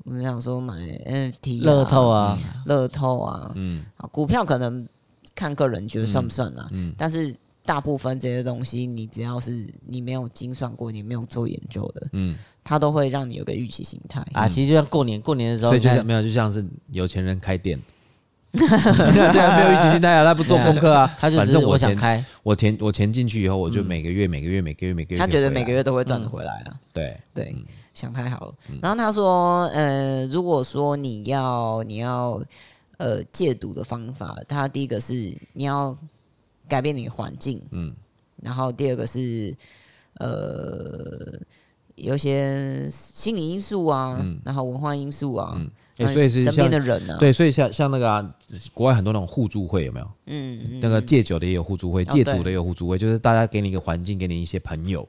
Speaker 2: 我们想说买 NFT 啊
Speaker 3: 乐透啊，
Speaker 2: 乐透啊，嗯，股票可能看个人觉得算不算啦、但是大部分这些东西，你只要是你没有精算过，你没有做研究的，
Speaker 1: 嗯
Speaker 2: 嗯，它都会让你有个预期心态。
Speaker 3: 啊，其实就像过年过年的时候，
Speaker 1: 所以就
Speaker 3: 你
Speaker 1: 像
Speaker 3: 看
Speaker 1: 没有，就像是有钱人开
Speaker 2: [laughs]
Speaker 1: 店，对啊，没有预期心态啊，他不做功
Speaker 2: [laughs]
Speaker 1: 课啊，
Speaker 3: [laughs] 他就
Speaker 1: 反
Speaker 3: 只是
Speaker 1: 正
Speaker 3: 我想
Speaker 1: 钱
Speaker 3: 开，
Speaker 1: [laughs] 我钱我钱进去以后，我就每个月每个月每个月每个月可以回来，
Speaker 2: 他觉得每个月都会赚得回来啊，
Speaker 1: 对，
Speaker 2: 对，想太好了。
Speaker 1: 嗯
Speaker 2: 然后他说，呃，如果说你要你要呃戒赌的方法，他第一个是你要改变你的环境，嗯，然后第二个是呃有些心理因素啊，然后文化因素啊，
Speaker 1: 欸
Speaker 2: 然
Speaker 1: 嗯
Speaker 2: 后
Speaker 1: 所以是
Speaker 2: 身边
Speaker 1: 像
Speaker 2: 的人啊，
Speaker 1: 对，所以像像那个啊，国外很多那种互助会有没有？
Speaker 2: 嗯，嗯，
Speaker 1: 那个戒酒的也有互助会，
Speaker 2: 哦
Speaker 1: 戒毒的也有互助会，就是大家给你一个环境，给你一些朋友，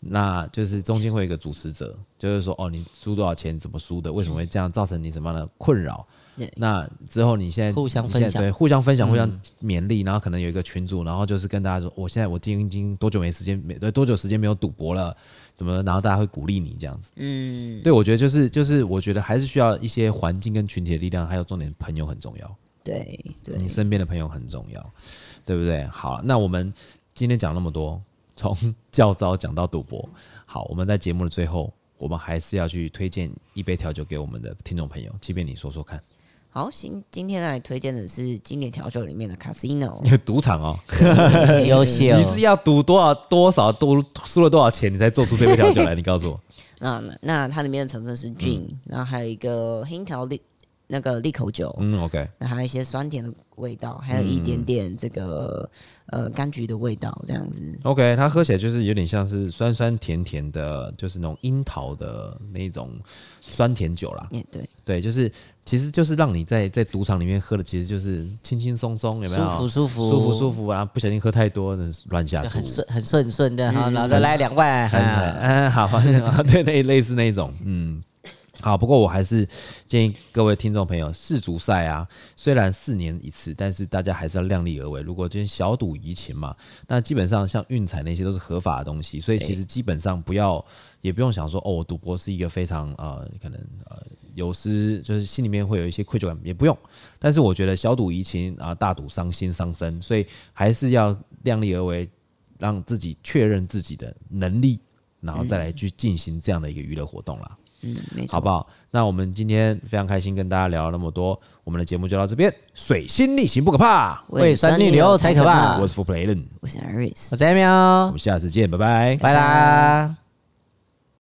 Speaker 1: 那就是中间会有一个主持者，就是说哦，你输多少钱，怎么输的，为什么会这样，造成你什么样的困扰
Speaker 2: 对。
Speaker 1: 那之后，你现在
Speaker 3: 互相
Speaker 1: 你现在
Speaker 3: 分享
Speaker 1: 对，互相分享，互相勉励，然后可能有一个群组，然后就是跟大家说，我现在我今已经多久没时间没对多久时间没有赌博了，怎么了？然后大家会鼓励你这样子。
Speaker 2: 嗯，
Speaker 1: 对，我觉得就是就是，我觉得还是需要一些环境跟群体的力量，还有重点朋友很重要。
Speaker 2: 对对，
Speaker 1: 你身边的朋友很重要，对不对？好，那我们今天讲那么多，从教招讲到赌博，好，我们在节目的最后，我们还是要去推荐一杯调酒给我们的听众朋友，即便你说说看， [laughs]
Speaker 2: 好，今今天来推荐的是经典调酒里面的
Speaker 1: [laughs]
Speaker 2: Casino，
Speaker 1: 因为赌场哦，
Speaker 3: 优秀
Speaker 1: 你是要赌多少多少赌输了多少钱，你才做出这杯调酒
Speaker 3: [laughs]
Speaker 1: 来？你告诉我，
Speaker 2: 那那它里面的成分是 gin，、然
Speaker 1: 嗯
Speaker 2: 后还有一个黑桃利那个利口酒，
Speaker 1: 嗯，OK，
Speaker 2: 那还有一些酸甜的味道，还有一点点这个、呃柑橘的味道，这样子。
Speaker 1: OK，它喝起来就是有点像是酸酸甜甜的，就是那种樱桃的那种酸甜酒啦。
Speaker 2: 也、对，
Speaker 1: 对，就是其实就是让你在在赌场里面喝的，其实就是轻轻松松，有没有？
Speaker 3: 舒服舒服
Speaker 1: 舒服舒服啊！不小心喝太多，乱下
Speaker 3: 就
Speaker 1: 肚
Speaker 3: 很。顺很顺顺的，
Speaker 2: 嗯
Speaker 3: 好，然后再来两万，啊
Speaker 1: 很很
Speaker 3: 哈
Speaker 1: 嗯，好，对，那类似那种，嗯。好，不过我还是建议各位听众朋友，世足赛啊，虽然四年一次，但是大家还是要量力而为。如果今天小赌怡情嘛，那基本上像运彩那些都是合法的东西，所以其实基本上不要，也不用想说哦，我赌博是一个非常呃，可能呃有失，就是心里面会有一些愧疚感，也不用。但是我觉得小赌怡情啊，大赌伤心伤身，所以还是要量力而为，让自己确认自己的能力，然后再来去进行这样的一个娱乐活动啦，
Speaker 2: 嗯，没错。
Speaker 1: 好不好？那我们今天非常开心跟大家聊了那么多，我们的节目就到这边。水星逆行不可怕，
Speaker 3: 胃酸逆流才可怕
Speaker 1: 我是 For Playen，
Speaker 2: 我是 Iris。
Speaker 3: 我在喵
Speaker 1: 我，们下次见，拜拜。
Speaker 3: 拜啦。